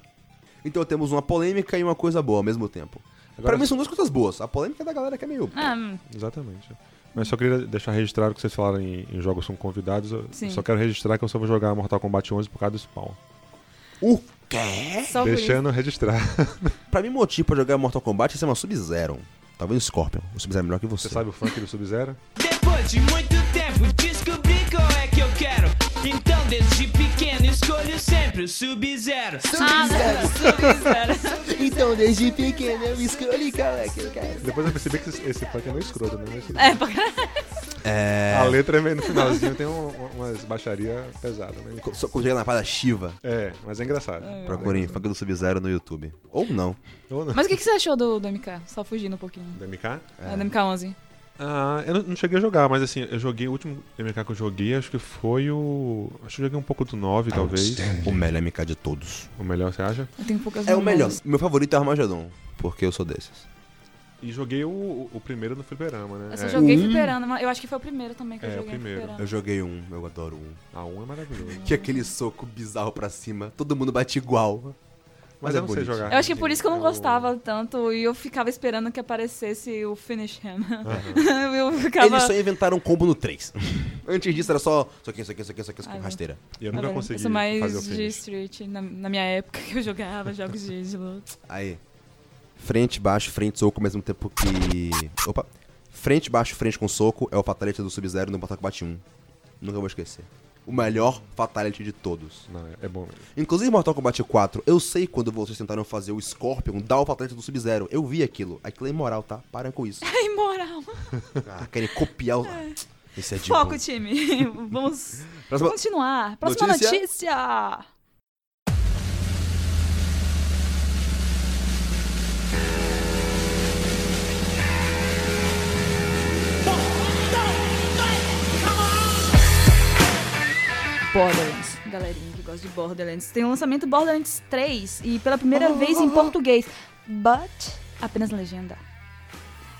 A: Então temos uma polêmica e uma coisa boa ao mesmo tempo.
C: Agora-
A: pra mim são duas coisas boas. A polêmica é da galera que é meio.
B: Ah, hum,
C: Exatamente. Mas só queria deixar registrado que vocês falaram em, em jogos com convidados. Eu
B: Sim.
C: só quero registrar que eu só vou jogar Mortal Kombat 11 por causa do spawn.
A: O quê?
B: só por isso.
C: Deixando registrar.
A: Pra mim, motivo pra jogar Mortal Kombat é ser uma Sub-Zero. Talvez o Scorpion. O Sub-Zero é melhor que você.
C: Você sabe o funk do Sub-Zero?
D: Depois de muito tempo descobri qual é que eu quero. Então desde pequeno escolho sempre o Sub-Zero.
B: Ah, Sub-Zero.
A: Então, desde pequeno eu escolhi qual é que eu quero.
C: Depois eu percebi que esse, esse funk é meio escroto, né? Mas tudo bem.
B: É, pra caralho.
A: É.
C: A letra é meio no finalzinho, tem um- um- umas baixarias pesadas, né?
A: Só quando chega na parada Shiva,
C: É, mas é engraçado.
A: procurem Funk do Sub-Zero no YouTube. Ou não.
C: Ou não.
B: Mas o que, que você achou do, do MK? Só fugindo um pouquinho.
C: Do MK?
B: É. Do MK11.
C: Ah, eu não, não cheguei a jogar, mas assim, eu joguei, o último MK que eu joguei, acho que foi o... Acho que eu joguei um pouco do
A: Ah,
C: 9, talvez.
A: É. O melhor MK de todos.
C: O melhor, você acha?
B: Eu tenho poucas
A: É o melhor.
B: memórias.
A: Meu favorito é Armagedon. Porque eu sou desses.
C: E joguei o, o- o primeiro no fliperama, né?
B: Eu só
C: É.
B: joguei
A: Um.
B: fliperando, mas eu acho que foi o primeiro também que eu
C: É, o
B: joguei.
C: primeiro.
B: fliperama.
A: Eu joguei um, eu adoro um.
C: A 1 é maravilhoso.
A: Que é aquele soco bizarro pra cima, todo mundo bate igual.
C: Mas, eu não sei
A: bonito.
C: jogar.
B: Eu acho que é por
C: assim,
B: isso que eu não gostava tanto e eu ficava esperando que aparecesse o finish him. eu ficava.
A: Eles só inventaram um combo no 3. Antes disso era só. Só que, só que, só que, só que, só
B: Ah,
A: que,
B: não.
A: rasteira.
C: E eu nunca
B: Agora,
C: consegui
B: eu sou é mais
C: fazer o
B: de
C: finish.
B: street na, na minha época que eu jogava jogos de de luta.
A: Aí. Frente, baixo, frente, soco ao mesmo tempo que. Opa! Frente, baixo, frente com soco é o Fatality do Sub-Zero no Mortal Kombat 1. Nunca vou esquecer. O melhor Fatality de todos.
C: Não, é- é bom mesmo.
A: Inclusive, Mortal Kombat 4, eu sei quando vocês tentaram fazer o Scorpion dar o Fatality do Sub-Zero. Eu vi aquilo. Aquilo é imoral, tá? Parem com isso.
B: É imoral.
C: Tipo,
A: Ah, querem copiar o. Esse é de
B: Foco, time. Vamos
A: Próxima-
B: continuar. Próxima
A: Notícia?
B: notícia. Borderlands, galerinha que gosta de Borderlands. Tem o lançamento Borderlands 3 e pela primeira vez em português, but apenas legenda.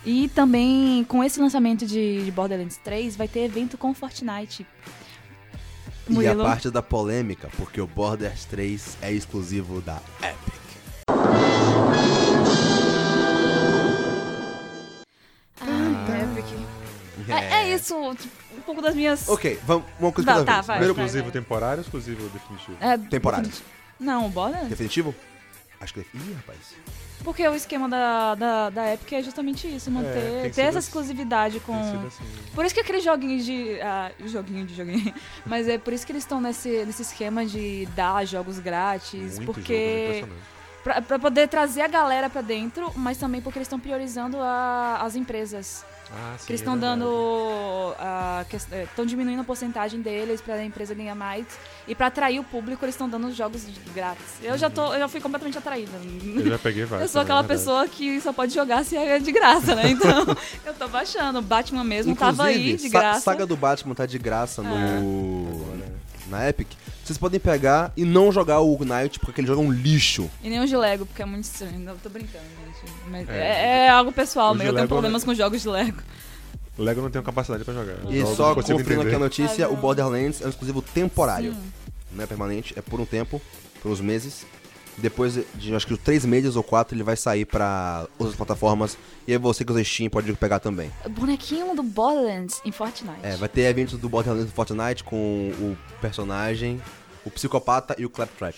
B: E também, com esse lançamento de, de Borderlands 3, vai ter evento com Fortnite.
A: E a
B: Murilo.
A: parte da polêmica, porque o Borders 3 é exclusivo da Epic.
B: Ah, Epic. É, é isso, tipo, um pouco das minhas...
A: Ok, vamos, uma coisa
B: Tá,
A: cada
B: tá,
A: vez.
B: vai.
C: Primeiro
B: vai,
C: exclusivo
B: vai.
C: temporário, exclusivo definitivo.
B: É,
A: Temporário.
B: Não, Borderlands.
A: Definitivo? Acho que. é- Ih, rapaz.
B: Porque o esquema da, da, da Epic é justamente isso, manter,
C: tem
B: ter
C: sido
B: essa
C: assim.
B: exclusividade com...
C: Tem sido assim, né?
B: Por isso que aquele joguinho de. Ah, joguinho de joguinho. Mas é por isso que eles estão nesse, nesse esquema de dar jogos grátis.
C: Muito
B: É porque.
C: jogo, né? Impressionante.
B: pra, pra poder trazer a galera pra dentro, mas também porque eles estão priorizando a- as empresas.
C: Ah, sim,
B: que eles
C: é
B: estão
C: verdade.
B: dando. Estão diminuindo a porcentagem deles pra empresa ganhar mais. E pra atrair o público, eles estão dando os jogos grátis. Eu já tô. Eu já fui completamente atraída.
C: Eu já peguei vários.
B: Eu sou aquela
C: também, é
B: pessoa
C: verdade.
B: que só pode jogar se é de graça, né? Então, eu tô baixando. Batman mesmo tava aí de
A: sa-
B: graça.
A: Saga do Batman tá de graça no.
B: É.
A: Na Epic. Vocês podem pegar e não jogar o Knight, porque ele joga um lixo.
B: E nem o de Lego, porque é muito estranho. Não, tô brincando, gente. Mas
C: É.
B: é, é algo pessoal,
C: O de
B: meu. Eu tenho
C: Lego-
B: problemas com jogos de Lego.
C: O Lego não tem capacidade pra jogar.
A: E
C: Eu não
A: só
C: consigo
A: confirmando aqui
C: entender.
A: a notícia,
B: Ah,
A: o
B: não.
A: Borderlands é um exclusivo temporário. Não é permanente, é por um tempo, por uns meses. Depois de acho que três meses ou quatro, ele vai sair pra outras plataformas. E aí você que usa Steam pode pegar também.
B: Bonequinho do Borderlands em Fortnite.
A: É, vai ter eventos do Borderlands do Fortnite com o personagem, o psicopata e o Claptrap.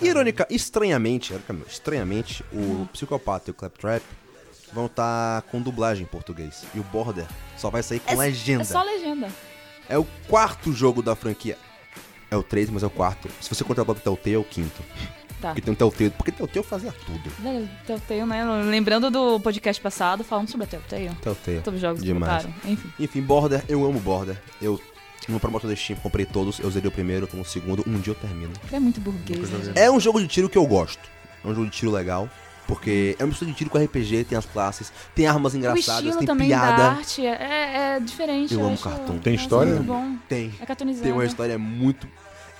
A: Irônica, estranhamente, irônica não, estranhamente,
B: Hum.
A: o psicopata e o Claptrap vão estar com dublagem em português. E o Border só vai sair com
B: É-
A: legenda.
B: É só legenda.
A: É o quarto jogo da franquia. É o 3, mas é o quarto. Se você contar o Telltale, é o quinto.
B: Tá.
A: Porque tem o Telltale. Porque Telltale fazia tudo.
B: Velho, Telltale, né? Lembrando do podcast passado, falando sobre a Telltale.
A: Telltale.
B: Sobre os jogos
A: Demais.
B: que botaram. Enfim.
A: Enfim, Border, eu amo Border. Eu tive uma promoção da Steam, comprei todos. Eu zerei o primeiro, eu tô no segundo. Um dia eu termino.
B: É muito burguês.
C: Nunca joguei.
B: Né?
A: É um jogo de tiro que eu gosto. É um jogo de tiro legal. Porque é um mistura de tiro com RPG, tem as classes, tem armas
B: O
A: engraçadas,
B: estilo
A: tem
B: também
A: piada.
B: da arte é, é- é diferente.
A: Eu
B: Eu,
A: amo
B: acho-
A: cartoon.
C: Tem
B: eu acho
C: história?
B: Muito bom.
A: Tem.
B: É cartoonizado.
A: Tem uma história muito.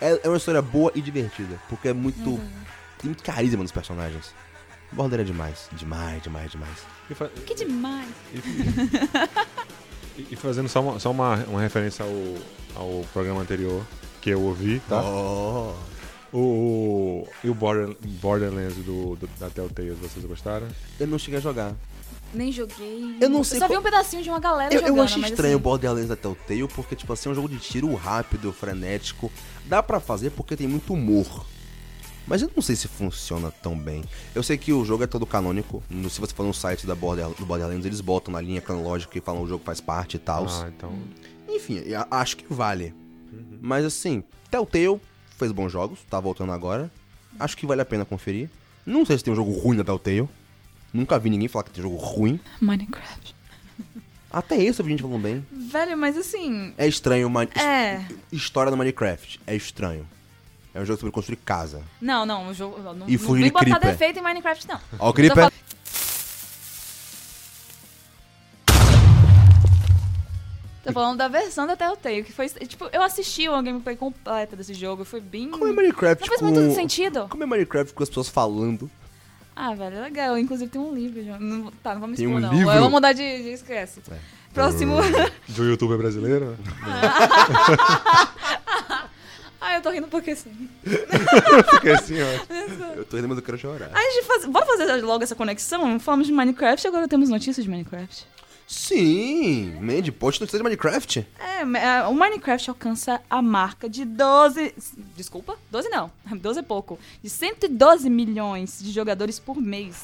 A: É, é uma história boa e divertida. Porque é muito.
B: Uhum.
A: Tem muito carisma nos personagens. Border é demais. Demais, demais, demais.
C: E fa-
B: Que demais.
C: e- E fazendo só uma, só uma, uma referência ao, ao programa anterior que eu ouvi, tá?
A: Oh.
C: O, o- e o Border- Borderlands do, do- da Telltale, vocês gostaram?
A: Eu não cheguei a jogar.
B: Nem joguei.
A: Eu não sei
B: só
A: qual-
B: vi um pedacinho de uma galera
A: Eu, eu
B: jogando.
A: achei
B: mas,
A: estranho o
B: assim,
A: Borderlands da Telltale, porque, tipo assim, é um jogo de tiro rápido, frenético. Dá pra fazer porque tem muito humor. Mas eu não sei se funciona tão bem. Eu sei que o jogo é todo canônico. No- Se você for no site da Border, do Borderlands, eles botam na linha cronológica e falam o jogo faz parte e tal.
C: Ah, então.
A: Enfim, eu a- acho que vale. Mas assim, Telltale fez bons jogos, tá voltando agora. Acho que vale a pena conferir. Não sei se tem um jogo ruim da Telltale. Nunca vi ninguém falar que tem jogo ruim.
B: Minecraft.
A: Até isso eu vi gente falando bem.
B: Velho, mas assim.
A: É estranho uma
B: É.
A: história do Minecraft. É estranho. É um jogo sobre construir casa.
B: Não, não, o jogo. Não,
A: E
B: não
A: fugir
B: vem
A: de
B: botar
A: creeper.
B: defeito em Minecraft, não.
A: Ó, o Creeper.
B: Tô Tô falando da versão da Telltale, que foi. Tipo, eu assisti uma gameplay completa desse jogo, foi bem.
A: Como é Minecraft
B: Não faz
A: com...
B: muito sentido.
A: Como é Minecraft com as pessoas falando?
B: Ah, velho, é legal. Inclusive tem um livro. já- Não, tá, não vamos
A: Tem
B: expor,
A: um
B: não.
A: livro? É. Hum.
B: Eu vou mudar de. de- esquece. Próximo.
C: Do um youtuber brasileiro?
B: ah, eu tô rindo porque sim.
C: Porque
A: é
C: assim, ó.
A: Eu tô rindo, mas eu quero chorar.
B: A gente faz... Bora fazer logo essa conexão? Falamos de Minecraft, agora temos notícias de Minecraft.
A: Sim! Mandy, post notícia de Minecraft.
B: É, ma- é, o Minecraft alcança a marca de 12. Desculpa? 12 não. 12 é pouco. De 112 milhões de jogadores por mês.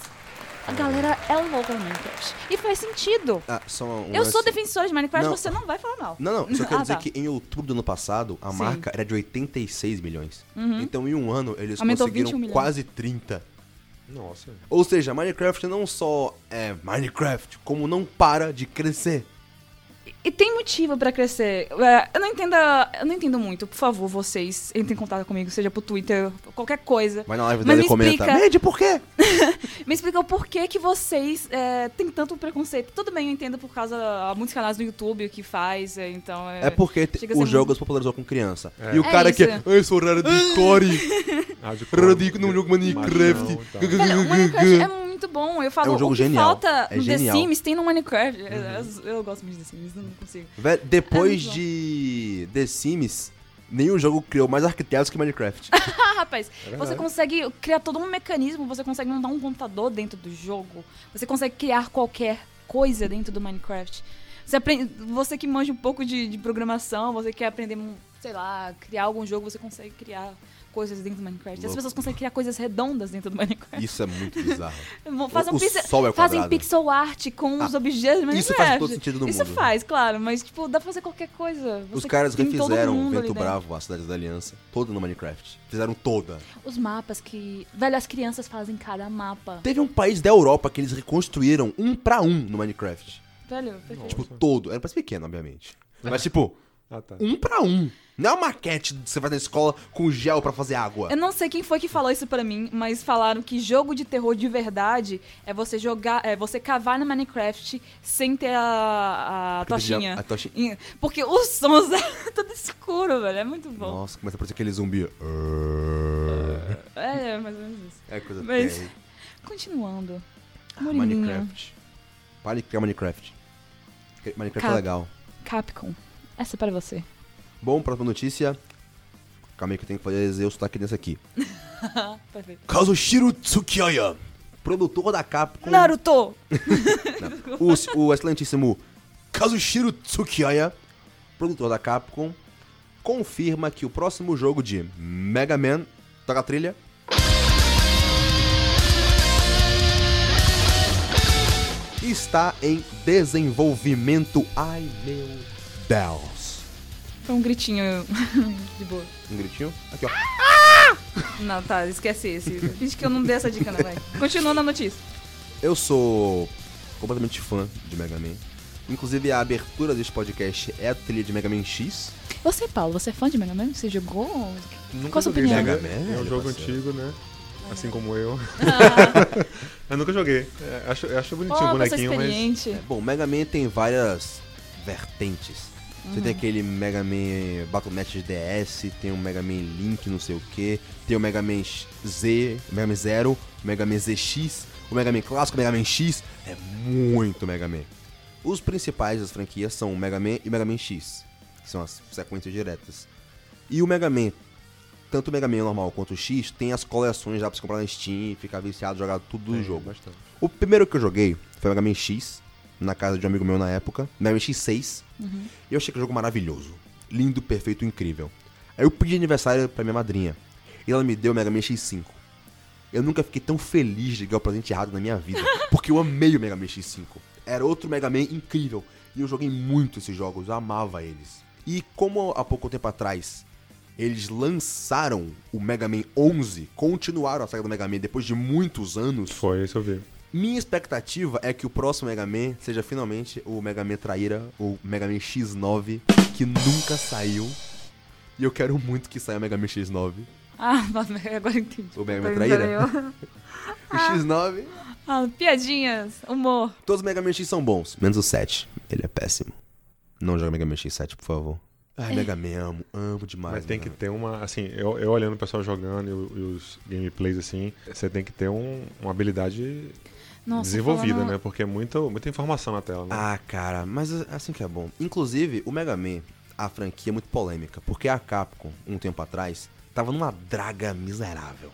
B: A galera é louca no Minecraft. E faz sentido.
A: Ah, só um
B: Eu
A: lance-
B: sou defensor de Minecraft,
A: Não.
B: você não vai falar mal.
A: Não, não, só quero
B: Ah,
A: dizer
B: tá.
A: que em outubro do ano passado a
B: Sim. Uhum.
A: marca era de 86 milhões. Então em um ano eles
B: Aumentou 21
A: conseguiram
B: milhões.
A: quase 30.
C: Nossa.
A: Ou seja, Minecraft não só é Minecraft, como não para de crescer.
B: E tem motivo pra crescer. É, Eu não entendo, a- eu não entendo muito. Por favor, vocês entrem em contato comigo, seja por Twitter, qualquer coisa.
A: Vai na live
B: Mas
A: dela e
B: me
A: comenta.
B: explica.
A: Mandy, por quê?
B: Me explica o porquê que vocês é, têm tanto preconceito. Tudo bem, eu entendo por causa há muitos canais no YouTube que faz, é, então é.
A: É porque te-
B: chega a
A: o
B: ser
A: jogo se popularizou com criança.
C: É.
A: E o
B: É
A: cara que
B: isso.
A: é, eu sou raro de core,
C: Ah, de
A: raro de no jogo Minecraft.
C: Machão, tá.
B: Velho, o Minecraft é muito muito bom. Eu falo,
A: É um jogo
B: o que
A: genial.
B: falta
A: É
B: no The
A: genial. Uhum.
B: Sims tem no Minecraft. Eu, eu gosto muito de The Sims, não consigo.
A: Velho, depois
B: É muito
A: de The Sims, nenhum jogo criou mais arquitetos que Minecraft.
B: Ah, rapaz,
A: É
C: verdade.
B: você consegue criar todo um mecanismo, você consegue montar um computador dentro do jogo, você consegue criar qualquer coisa dentro do Minecraft. Você, aprende, você que manja um pouco de, de programação, você quer aprender, um, sei lá, criar algum jogo, você consegue criar coisas dentro do Minecraft. As
A: Louco.
B: pessoas conseguem criar coisas redondas dentro do Minecraft.
A: Isso é muito bizarro.
B: Fazem,
A: o
B: pixel,
A: sol é
B: fazem
A: quadrado. Ah,
B: pixel art com os objetos do Minecraft.
A: isso faz todo sentido no
B: Isso
A: mundo. né?
B: faz, claro, mas tipo, dá pra fazer qualquer coisa.
A: Os
B: Você
A: caras
B: tem todo
A: refizeram um
B: mundo ali
A: Vento
B: dentro.
A: Bravo, a Cidade da Aliança, toda no Minecraft. Fizeram toda.
B: Os mapas que. Velho, as crianças fazem cada mapa.
A: Teve um país da Europa que eles reconstruíram um pra um no Minecraft.
B: Velho, perfeito.
A: Tipo, todo. Era um país pequeno, obviamente. Mas, tipo,
C: Ah, tá.
A: um pra um. Não é uma maquete que você vai na escola com gel pra fazer água.
B: Eu não sei quem foi que falou isso pra mim, mas falaram que jogo de terror de verdade é você jogar, é você cavar no Minecraft sem ter a, a
A: Aquele
B: tochinha.
A: Tipo, gel- a tochinha.
B: Porque os sons é tudo escuro, velho. É muito bom.
A: Nossa, começa a aparecer aquele zumbi.
B: É, é mais ou menos isso.
A: É coisa
B: Mas-
A: terrível.
B: Continuando.
A: Ah,
B: Murilinho.
A: Minecraft. Pare de criar Minecraft. Minecraft
B: Cap-
A: é legal.
B: Capcom. Essa é pra você.
A: Bom, próxima notícia. Calma aí que eu tenho que fazer o sotaque desse aqui.
B: Perfeito.
A: Kazushiro Tsukioya, produtor da Capcom.
B: Naruto!
A: o, o excelentíssimo Kazushiro Tsukioya, produtor da Capcom, confirma que o próximo jogo de Mega Man, toca a trilha, está em desenvolvimento. Ai meu Deus.
B: Foi um gritinho de boa.
A: Um gritinho? Aqui, ó.
B: Não, tá, esquece esse. Finge que eu não dei essa dica, né, velho? Continua na notícia.
A: Eu sou completamente fã de Mega Man. Inclusive, a abertura desse podcast é a trilha de Mega Man X.
B: Você, Paulo, você é fã de Mega Man? Você jogou? Qual a sua
C: joguei
B: opinião?
A: Mega
C: esse jogo.
A: Man,
C: É um jogo
A: parceiro.
C: antigo, né? Assim como eu.
B: Ah.
C: eu nunca joguei. É, acho, eu acho bonitinho o
B: Oh, você é
C: bonequinho, mas.
B: experiente.
A: Bom, Mega Man tem várias vertentes. Você tem aquele Mega Man Battle.net DS, tem o Mega Man Link, não sei o que, tem o Mega Man Z, Mega Man Zero, o Mega Man ZX, o Mega Man Clássico, o Mega Man X, é muito Mega Man. Os principais das franquias são o Mega Man e o Mega Man X, que são as sequências diretas. E o Mega Man, tanto o Mega Man normal quanto o X, tem as coleções já pra você comprar na Steam e ficar viciado, jogar tudo do
C: É,
A: jogo.
C: Bastante.
A: O primeiro que eu joguei foi o Mega Man X, na casa de um amigo meu na época, Mega Man X6. E eu achei que o jogo maravilhoso. Lindo, perfeito, incrível. Aí eu pedi de aniversário pra minha madrinha. E ela me deu o Mega Man X5. Eu nunca fiquei tão feliz de ganhar o presente errado na minha vida, porque eu amei o Mega Man X5. Era outro Mega Man incrível. E eu joguei muito esses jogos, eu amava eles. E como há pouco tempo atrás eles lançaram o Mega Man 11, continuaram a saga do Mega Man depois de muitos anos.
C: Foi, isso eu vi.
A: Minha expectativa é que o próximo Mega Man seja finalmente o Mega Man Traíra, o Mega Man X9, que nunca saiu. E eu quero muito que saia o Mega Man X9.
B: Ah, agora eu entendi.
A: O Mega Man
B: é,
A: Traíra. O X9.
B: Ah, piadinhas, humor.
A: Todos os Mega Man X são bons, menos o 7. Ele é péssimo. Não joga Mega Man X7, por favor. Ai, Mega Man, amo, amo demais.
C: Mas tem que
A: Mega Man.
C: ter uma, assim, eu, eu olhando o pessoal jogando e, o- e os gameplays, assim, você tem que ter um- uma habilidade
B: Nossa,
C: desenvolvida,
B: falando-
C: né? Porque é muito, muita informação na tela, né?
A: Ah, cara, mas é assim que é bom. Inclusive, o Mega Man, a franquia é muito polêmica, porque a Capcom, um tempo atrás, tava numa draga miserável.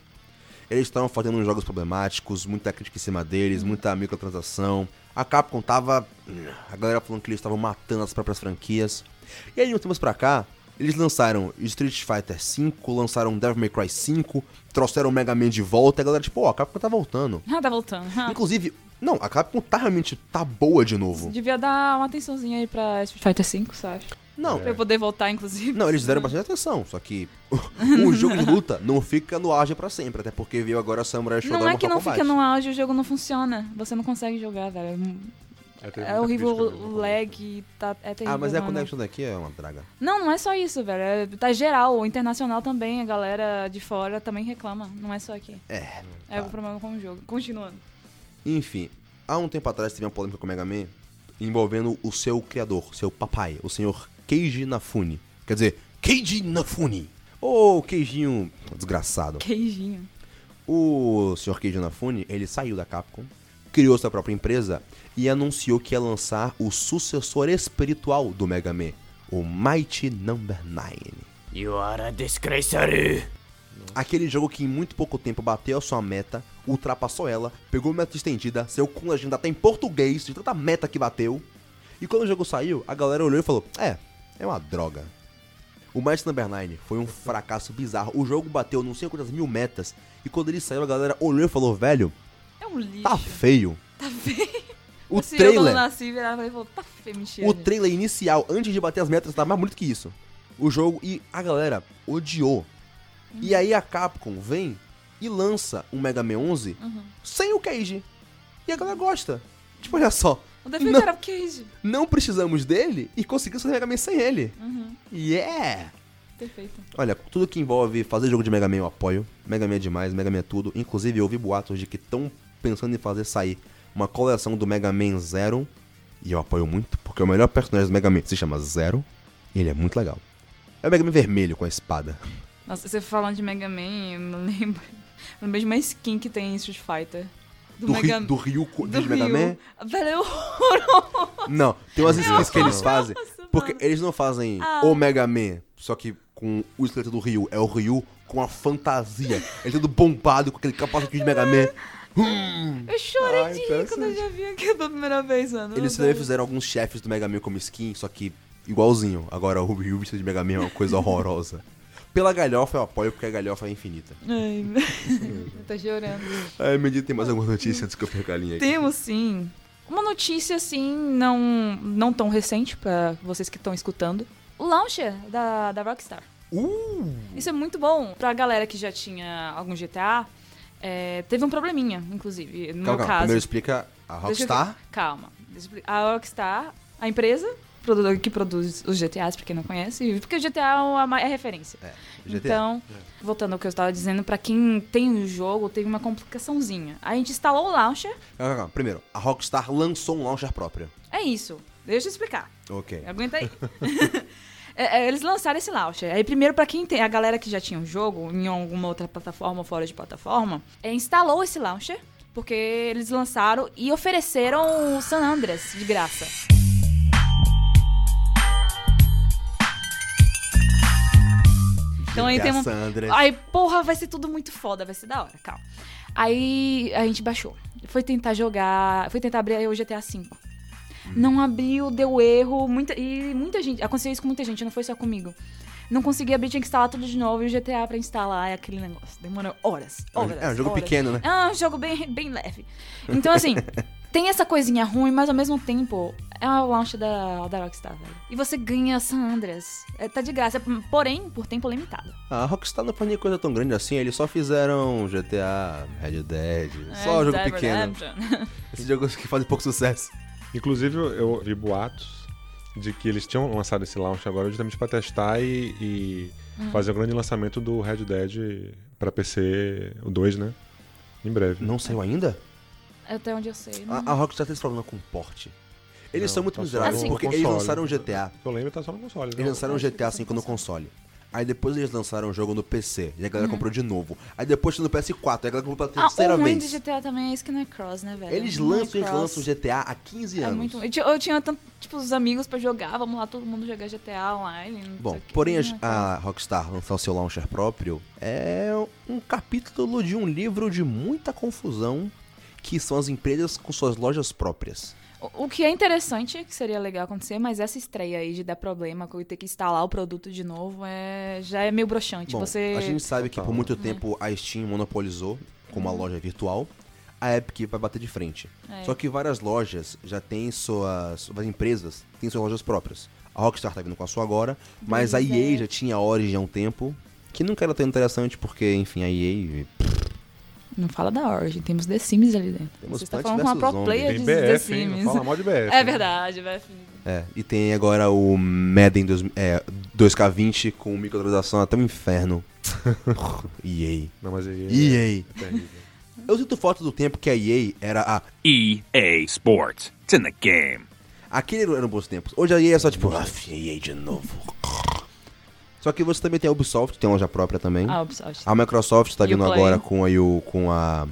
A: Eles estavam fazendo uns jogos problemáticos, muita crítica em cima deles, muita microtransação. A Capcom tava. A galera falando que eles estavam matando as próprias franquias. E aí, de uns tempos pra cá, eles lançaram Street Fighter V, lançaram Devil May Cry 5, trouxeram o Mega Man de volta. E a galera, tipo, ó, a Capcom tá voltando.
B: Ah, tá voltando. Ah,
A: Inclusive, não, a Capcom tá realmente tá boa de novo.
B: devia dar uma atençãozinha aí pra Street Fighter V, sabe?
A: Não,
B: Pra eu poder voltar, inclusive.
A: É. Não, eles deram bastante atenção, só que o jogo de luta não fica no auge pra sempre, até porque veio agora Samurai Shodown
B: Não é
A: Mortal
B: que não
A: Kombat.
B: fica no auge, o jogo não funciona. Você não consegue jogar, velho.
C: É, teve
B: É
C: muita
B: horrível
C: crítica mesmo,
B: o lag, tá, é terrível.
A: Ah, mas é a
B: mano.
A: connection daqui é uma draga.
B: Não, não é só isso, velho. É, tá geral, o internacional também, a galera de fora também reclama. Não é só aqui.
A: É.
B: É
A: tá.
B: o problema com o jogo. Continuando.
A: Enfim, há um tempo atrás teve uma polêmica com o Mega Man envolvendo o seu criador, seu papai, o senhor Keiji Nafune. Quer dizer, Keiji Nafune. Ô, Keijinho desgraçado.
B: Queijinho.
A: O Sr. Keiji Inafune, ele saiu da Capcom, criou sua própria empresa e anunciou que ia lançar o sucessor espiritual do Mega Man, o Mighty Number 9.
E: You are a disgrace.
A: Aquele jogo que em muito pouco tempo bateu a sua meta, ultrapassou ela, pegou meta estendida, saiu com legenda até em português, de tanta meta que bateu. E quando o jogo saiu, a galera olhou e falou: É, é uma droga. O Mighty Number 9 foi um fracasso bizarro. O jogo bateu não sei quantas mil metas. E quando ele saiu, a galera olhou e falou: Velho,
B: É um lixo.
A: tá feio.
B: Tá feio.
A: O
B: Esse dia, Quando eu
A: trailer.
B: nasci, virava e falou, tá feio, mentira.
A: O trailer inicial, antes de bater as metas, tá mais bonito que isso. O jogo e a galera odiou.
B: Uhum.
A: E aí a Capcom vem e lança um Mega Man 11
B: Uhum.
A: sem o Cage. E a galera gosta. Tipo, olha só,
B: O defeito
A: Não.
B: era é o Cage.
A: não precisamos dele e conseguimos fazer Mega Man sem ele.
B: Uhum,
A: Yeah!
B: perfeito.
A: Olha, tudo que envolve fazer jogo de Mega Man eu apoio. Mega Man é demais, Mega Man é tudo. Inclusive, eu ouvi boatos de que estão pensando em fazer sair uma coleção do Mega Man Zero. E eu apoio muito, porque o melhor personagem do Mega Man se chama Zero. E ele é muito legal. É o Mega Man vermelho com a espada.
B: Nossa, você falando de Mega Man, eu me lembro. Eu lembrei de uma skin que tem em Street Fighter. Do,
A: Ri-
B: Mega
A: do Ryu co-
B: do
A: de Mega Man?
B: Ryu. Velho, é horroroso.
A: Não, tem umas skins que eles
B: acho
A: fazem.
B: massa,
A: Porque
B: mano.
A: eles não fazem
B: Ah.
A: o Mega Man, só que com o esqueleto do Ryu. É o Ryu com a fantasia. Ele é todo bombado com aquele capacete de Mega Man.
B: Eu chorei
A: Ah,
B: de rir quando eu
A: interessante.
B: já vi aquilo pela primeira vez, mano.
A: Eles também fizeram alguns chefes do Mega Man como skin, só que igualzinho. Agora o Ryu vestido de Mega Man é uma coisa horrorosa. Pela galhofa eu apoio, porque a galhofa é infinita.
B: Ai, eu tô chorando.
A: Ai, me tem mais alguma notícia antes que eu perca a linha aqui.
B: Temos sim. Uma notícia assim, não, não tão recente pra vocês que estão escutando. O launcher da, da Rockstar.
A: Uh!
B: Isso é muito bom pra galera que já tinha algum GTA. é, teve um probleminha, inclusive,
A: Calma,
B: no meu
A: calma.
B: caso.
A: Primeiro explica a
B: Deixa eu
A: Rockstar.
B: ver. Calma. Deixa eu explicar. A Rockstar, a empresa produ- que produz os GTAs, pra quem não conhece, porque o GTA é a ma- é a referência.
A: É, GTA.
B: Então,
A: É.
B: voltando ao que eu estava dizendo, pra quem tem o jogo, teve uma complicaçãozinha. A gente instalou o launcher,
A: Calma, calma. Primeiro, a Rockstar lançou um launcher próprio.
B: é isso. Deixa eu explicar.
A: Ok.
B: Aguenta aí. É, é, Eles lançaram esse launcher. Aí, primeiro, pra quem tem, a galera que já tinha o jogo em alguma outra plataforma ou fora de plataforma, é, instalou esse launcher, porque eles lançaram e ofereceram o San Andreas de graça. Então aí tem uma.
A: Sandra.
B: Aí, porra, vai ser tudo muito foda, vai ser da hora, calma. Aí a gente baixou. Foi tentar jogar. Foi tentar abrir aí o GTA V. Não abriu, deu erro. Muita, e muita gente. Aconteceu isso com muita gente, não foi só comigo. Não consegui abrir, tinha que instalar tudo de novo e o GTA pra instalar é aquele negócio. Demorou horas.
A: É um-
B: horas
A: é um jogo
B: horas.
A: pequeno, né?
B: É um jogo bem, bem leve. Então, assim, tem essa coisinha ruim, mas ao mesmo tempo é uma launch da, da Rockstar, velho. E você ganha San Andreas. É, tá de graça, porém, por tempo limitado.
A: A Rockstar não faz nem coisa tão grande assim, eles só fizeram GTA, Red Dead,
B: É,
A: só jogo pequeno. Esses jogos que fazem pouco sucesso.
C: Inclusive, eu- eu vi boatos de que eles tinham lançado esse launch agora justamente pra testar e, e
B: Hum.
C: fazer o grande lançamento do Red Dead pra PC, o 2, né? Em breve.
A: Não saiu ainda?
B: Até onde eu sei. né?
A: A, a Rockstar tem esse problema com porte. Eles
C: Não,
A: são muito
C: tá só
A: miseráveis,
B: no
A: porque eles
C: console.
A: lançaram o GTA.
C: Eu lembro tá só no console.
A: Eles
C: né?
A: lançaram um o GTA V no console. Aí depois eles lançaram o jogo no PC, e a
C: Uhum.
A: galera comprou de novo. Aí depois no PS4, aí a galera comprou pela
B: Ah,
A: terceira
B: o ruim
A: vez.
B: do GTA também é isso que não é cross, né, velho?
A: Eles
B: Não é
A: lançam e
B: cross.
A: lançam o GTA há 15
B: É
A: anos.
B: muito... eu, tinha, eu tinha tanto, tipo, os amigos pra jogar, vamos lá todo mundo jogar GTA online. não sei
A: Bom,
B: o quê.
A: porém a,
B: Não é cross.
A: a Rockstar lançar o seu launcher próprio é um capítulo de um livro de muita confusão, que são as empresas com suas lojas próprias.
B: O, o que é interessante, que seria legal acontecer, mas essa estreia aí de dar problema, com ter que instalar o produto de novo, é... já é meio broxante.
A: Bom,
B: Você... Hum.
A: a gente sabe que
C: Total,
A: por
C: né?
A: muito tempo a Steam monopolizou com uma loja virtual. A Epic vai bater de frente.
B: É.
A: Só que várias lojas já têm suas, suas empresas, têm suas lojas próprias. A Rockstar tá vindo com a sua agora,
B: Uhum.
A: mas a
B: É.
A: EA já tinha a Origin há um tempo, que nunca era tão interessante porque, enfim, a EA
B: Não fala da Origin, temos The Sims ali dentro.
A: Temos
B: você está
A: Plants vs
B: falando com uma pro
A: Zombies.
B: player
C: Tem
B: de The
C: BF, hein?
B: Sims.
C: Não Fala mal de BF.
B: É
C: né?
B: verdade, BF.
A: É, e tem agora o Madden dois- é, 2K20 com microtransação até o inferno. EA.
C: Não, mas aí...
A: EA.
C: é terrível.
A: Eu sinto falta do tempo que a EA era a...
F: EA E Sports. It's in the game.
A: Aquele eram bons tempos. Hoje a EA é só tipo... Ah, EA de novo. Só que você também tem a Ubisoft, tem loja própria também.
B: Ah, Ubisoft.
A: A Microsoft tá vindo
B: Uplay.
A: agora com, aí o, com a,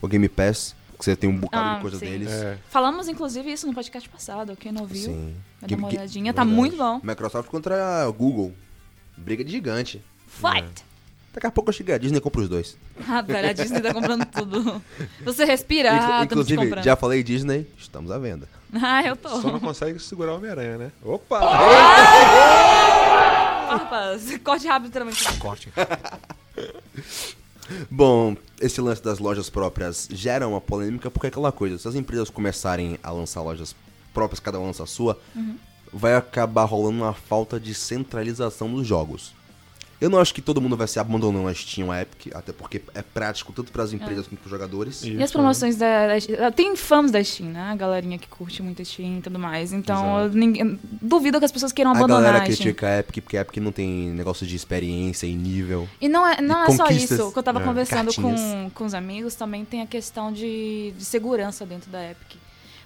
A: o Game Pass, que você tem um bocado
B: Ah,
A: de coisa
B: sim.
A: deles.
C: É,
B: Falamos, inclusive, isso no podcast passado. Quem não viu,
A: Sim.
B: vai dar
A: Game-
B: uma
A: Ga-
B: olhadinha. Tá
A: verdade.
B: muito
C: É.
B: bom.
A: Microsoft contra a Google. Briga de gigante.
B: Fight!
A: Daqui a pouco eu chego a Disney e compro os dois.
B: Ah, velho, a Disney tá comprando tudo. Você respira,
A: Inclu-
B: ah, tô te
A: Inclusive,
B: comprando.
A: já falei Disney, estamos à venda.
B: Ah, eu tô.
C: só não consegue segurar o Homem-Aranha, né? Opa!
B: Papas, corte rápido também.
A: Bom, esse lance das lojas próprias gera uma polêmica porque é aquela coisa, se as empresas começarem a lançar lojas próprias, cada uma lança a sua,
B: Uhum.
A: vai acabar rolando uma falta de centralização dos jogos. Eu não acho que todo mundo vai se abandonando a Steam ou a Epic, até porque é prático tanto para as
B: É.
A: empresas quanto para os jogadores.
C: E-
B: E as
C: Isso,
B: promoções da, da Steam? Tem fãs da Steam, né? A galerinha que curte muito a Steam e tudo mais. Então, eu, ninguém, duvido que as pessoas queiram
A: A
B: abandonar
A: galera
B: a Steam.
A: critica a Epic porque a Epic não tem negócio de experiência e nível.
B: E não é, não
A: de
B: é só
A: conquistas,
B: isso. Que eu tava
A: né?
B: conversando com,
A: Cartinhas.
B: com os amigos, também tem a questão de, de segurança dentro da Epic.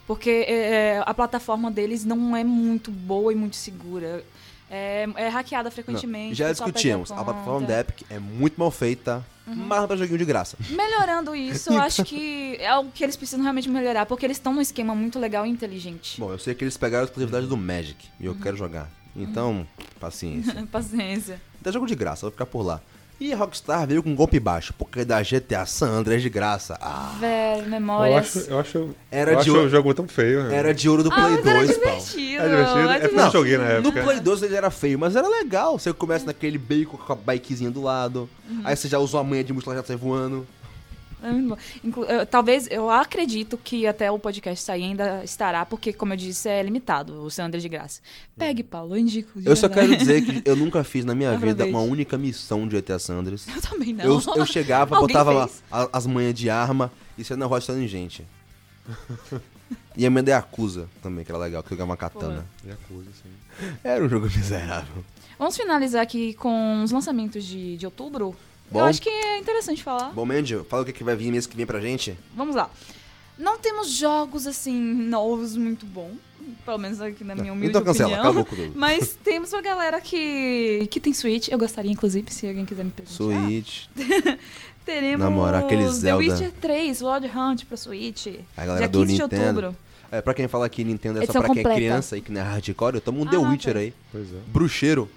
B: Porque é, a plataforma deles não é muito boa e muito segura. É, é hackeada
A: Não,
B: frequentemente.
A: Já
B: o pessoal Uhum. perde
A: discutimos, a plataforma
B: conta.
A: da Epic é muito mal feita, mas dá joguinho de graça.
B: Melhorando isso, eu acho que é algo que eles precisam realmente melhorar, porque eles estão num esquema muito legal e inteligente.
A: Bom, eu sei que eles pegaram a exclusividade
B: Uhum.
A: do Magic e eu quero jogar. Então, paciência.
B: Paciência.
A: Dá jogo de graça, eu vou ficar por lá. E a Rockstar veio com um golpe baixo, porque dá GTA San Andreas de graça. Ah,
B: Velho,
C: Eu
B: memórias.
C: acho, eu acho,
A: Era
C: eu
A: de
C: acho
A: o-
C: o jogo tão feio. né?
A: era de ouro do
B: Ah,
A: Play
B: mas era
A: 2, pau.
B: divertido.
C: É divertido, é porque eu
A: Não,
C: joguei na
A: No
C: época.
A: Play 2 ele era feio, mas era legal. Você começa naquele bacon com a bikezinha do lado.
B: Uhum.
A: Aí você já usou a manha de músculo, já sai voando.
B: É muito bom. Inclu- eh, Talvez, eu acredito que até o podcast sair ainda estará, porque, como eu disse, é limitado o Sandra de graça. Pegue, Paulo, eu indico. de
A: Eu só
B: verdade.
A: quero dizer que eu nunca fiz na minha vida
B: Aproveite.
A: uma única missão de GTA San Andreas.
B: Eu também não.
A: Eu, eu chegava,
B: Alguém
A: botava lá
B: fez.
A: a- as manhas de arma um e saia na roda estando gente. e a minha da Yakuza também, que era legal, que jogava uma katana.
C: Yakuza, assim.
A: Era um jogo miserável.
B: Vamos finalizar aqui com os lançamentos de, de outubro.
A: Bom.
B: Eu acho que é interessante falar.
A: Bom, Mandy, fala o que, que vai vir mês que vem pra gente.
B: Vamos lá. Não temos jogos, assim, novos muito bom. Pelo menos aqui na minha humilde
A: então cancela,
B: opinião.
A: acabou comigo.
B: Mas temos uma galera que, que tem Switch. Eu gostaria, inclusive, se alguém quiser me presentear.
A: Switch.
B: Teremos
A: Na moral, aquele
B: The
A: Zelda.
B: Witcher 3 Lord Hunt pra Switch.
A: A galera
B: dia
A: do
B: 15 de
A: Nintendo.
B: outubro.
A: É, pra quem fala que Nintendo é só
B: Edição
A: pra quem é
B: completa.
A: criança e que não é hardcore, eu tomo um
B: Ah,
A: The
B: não,
A: Witcher
B: tá.
A: aí.
C: Pois é.
A: Bruxeiro.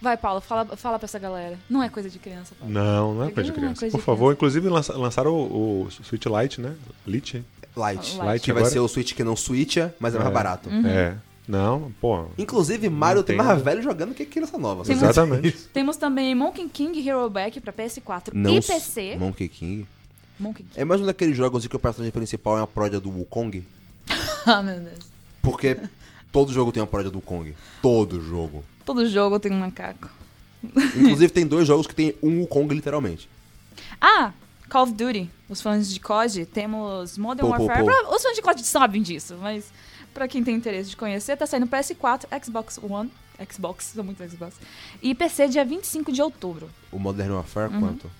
B: Vai, Paulo, fala, fala pra essa galera. Não é coisa de criança,
A: Hum.
B: Paulo.
C: Não, não é coisa de
B: Não é
C: criança.
B: coisa de
C: Por favor, inclusive lança- lançaram o, o Switch Lite, né? Lite.
A: Light.
B: Light. Hum.
A: Que vai
C: agora.
A: ser o Switch que não switcha, mas é, mais barato.
C: É. Não, pô.
A: Inclusive, Mario tem
C: Nintendo.
A: mais velho jogando que criança nova.
B: Tem
A: sabe?
C: Exatamente.
B: Temos também Monkey King Hero Back pra PS4
A: Não
B: e
A: s-
B: PC.
A: Monkey King.
B: Monkey King.
A: É mais um daqueles jogos em que o personagem principal é uma paródia do Wukong.
B: Ah, meu Deus.
A: Porque todo jogo tem uma paródia do Wukong. Todo jogo.
B: Todo jogo tem um macaco.
A: Inclusive, tem dois jogos que tem um Wukong, literalmente.
B: Ah, Call of Duty. Os fãs de COD, temos Modern
A: Pô, pô, pô.
B: Warfare. Pra- os fãs de COD sabem disso, mas pra quem tem interesse de conhecer, tá saindo PS4, Xbox One, Xbox, sou muito Xbox, e PC dia 25 de outubro.
A: O Modern
B: Uhum.
A: Warfare, quanto?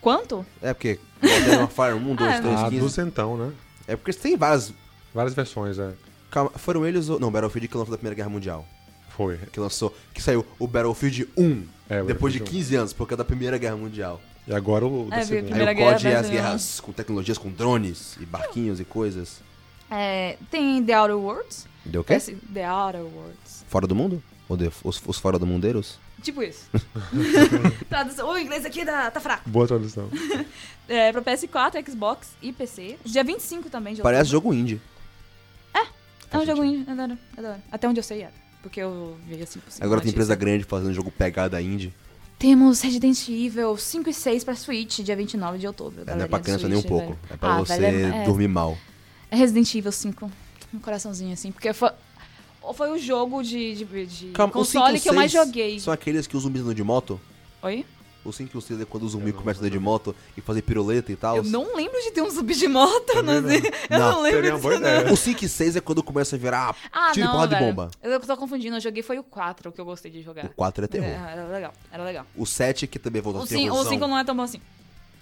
B: Quanto?
A: É porque Modern Warfare 1, 2,
B: Ah,
A: 3,
C: Ah,
A: 15.
C: duzentão, né?
A: É porque tem várias.
C: Várias versões, é.
A: Calma, foram eles ou. Não, Battlefield que lançou da Primeira Guerra Mundial.
C: Foi.
A: Que lançou. Que saiu o Battlefield 1.
C: É, o
A: depois de
C: Battlefield
A: 15 anos, porque é da Primeira Guerra Mundial.
C: E agora o da
B: É, veio a
C: segunda.
A: Aí
B: Primeira
A: o
B: Guerra
A: COD é as
B: Mundial.
A: guerras com tecnologias, com drones e barquinhos e coisas.
B: É, tem The Outer Worlds.
A: Deu o quê?
B: Esse- The Outer Worlds.
A: Fora do mundo? Ou de- os, os fora do mundeiros?
B: Tipo isso. Tradução. O inglês aqui tá, tá fraco.
C: Boa tradução.
B: É, pra PS4, Xbox e PC. Dia 25 também de outubro.
A: Parece jogo indie.
B: É um jogo indie, adoro, adoro. Até onde eu sei era. Porque eu vi assim por cima,
A: Agora tem
B: achei
A: empresa
B: assim.
A: grande fazendo jogo pegada indie.
B: Temos Resident Evil 5 e 6 pra Switch, dia 29 de outubro.
A: É, não é
B: galerinha
A: pra
B: do
A: criança
B: Switch,
A: nem um pouco.
B: velho.
A: É pra
B: Ah,
A: você
B: velho, é-
A: dormir mal.
B: É Resident Evil 5. Um coraçãozinho assim. Porque foi, foi o jogo de, de, de
A: os cinco e
B: console
A: os
B: que eu mais
A: seis
B: joguei.
A: São aqueles que os zumbis andam de moto?
B: Oi?
A: Os 5 e os 6 é quando o zumbi começa a andar de moto e fazer piruleta e tal?
B: Eu não lembro de ter um zumbi de moto. não sei.
A: É
B: Eu não,
A: Não,
B: lembro
C: seria uma
B: disso,
C: boa
B: não.
C: ideia.
A: O 5 e 6 é quando começa a virar
B: Ah,
A: tiro e
B: não,
A: porrada de
B: velho.
A: bomba.
B: Eu tô confundindo. Eu joguei foi o 4 que eu gostei de jogar.
A: O 4 é terror.
B: É, era legal, era legal.
A: O 7 que também voltou
B: O
A: a
B: 5, o
A: terrorzão.
B: 5 não é tão bom assim.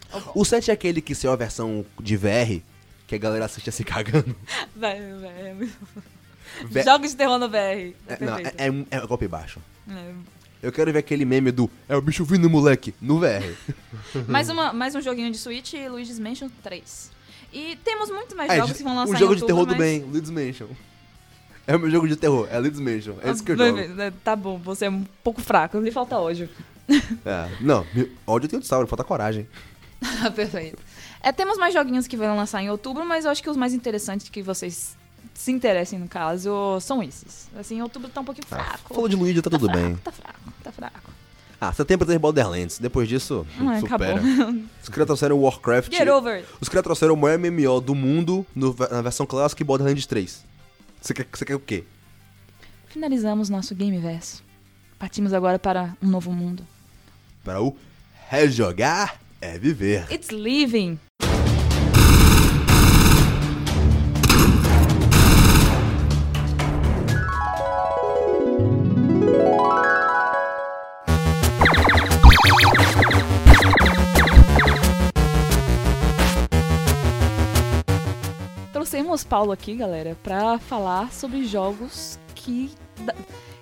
A: O 7 é aquele que saiu a versão de VR, que a galera assiste se cagando.
B: Velho, velho.
A: Ve-
B: Jogos de terror no VR. É
A: É, não, é,
B: perfeito.
A: é um- é um golpe baixo.
B: É.
A: Eu quero ver aquele meme do é o bicho vindo, moleque, no VR.
B: mais,
A: Hum.
B: uma, mais um joguinho de Switch e Luigi's Mansion 3. E temos muito mais
A: Ah,
B: jogos
A: gente,
B: que vão lançar
A: um jogo
B: em
A: de
B: outubro,
A: terror
B: mas...
A: do bem, Luigi's Mansion. É o meu jogo de terror, é Luigi's Mansion. É isso que eu jogo.
B: Tá bom, você é um pouco fraco, lhe falta ódio.
A: É, não, me- ódio eu tenho de sábado, falta coragem.
B: Ah, Perfeito. É, temos mais joguinhos que vão lançar em outubro, mas eu acho que os mais interessantes que vocês se interessem, no caso, são esses. Assim, em outubro tá um pouquinho fraco.
A: Falou de Luigi, tá tudo
B: fraco,
A: bem.
B: Tá fraco, tá fraco.
A: Ah, setembro tem Borderlands, depois disso,
B: Ah,
A: supera.
B: acabou.
A: Os caras trouxeram Warcraft.
B: Get over. it.
A: Os caras trouxeram o maior MMO do mundo no- na versão clássica e Borderlands 3. Você quer, você quer o quê?
B: Finalizamos nosso Gameverso. Partimos agora para um novo mundo.
A: Para o rejogar é viver.
B: It's Living. Trouxemos Paulo aqui, galera, pra falar sobre jogos que da-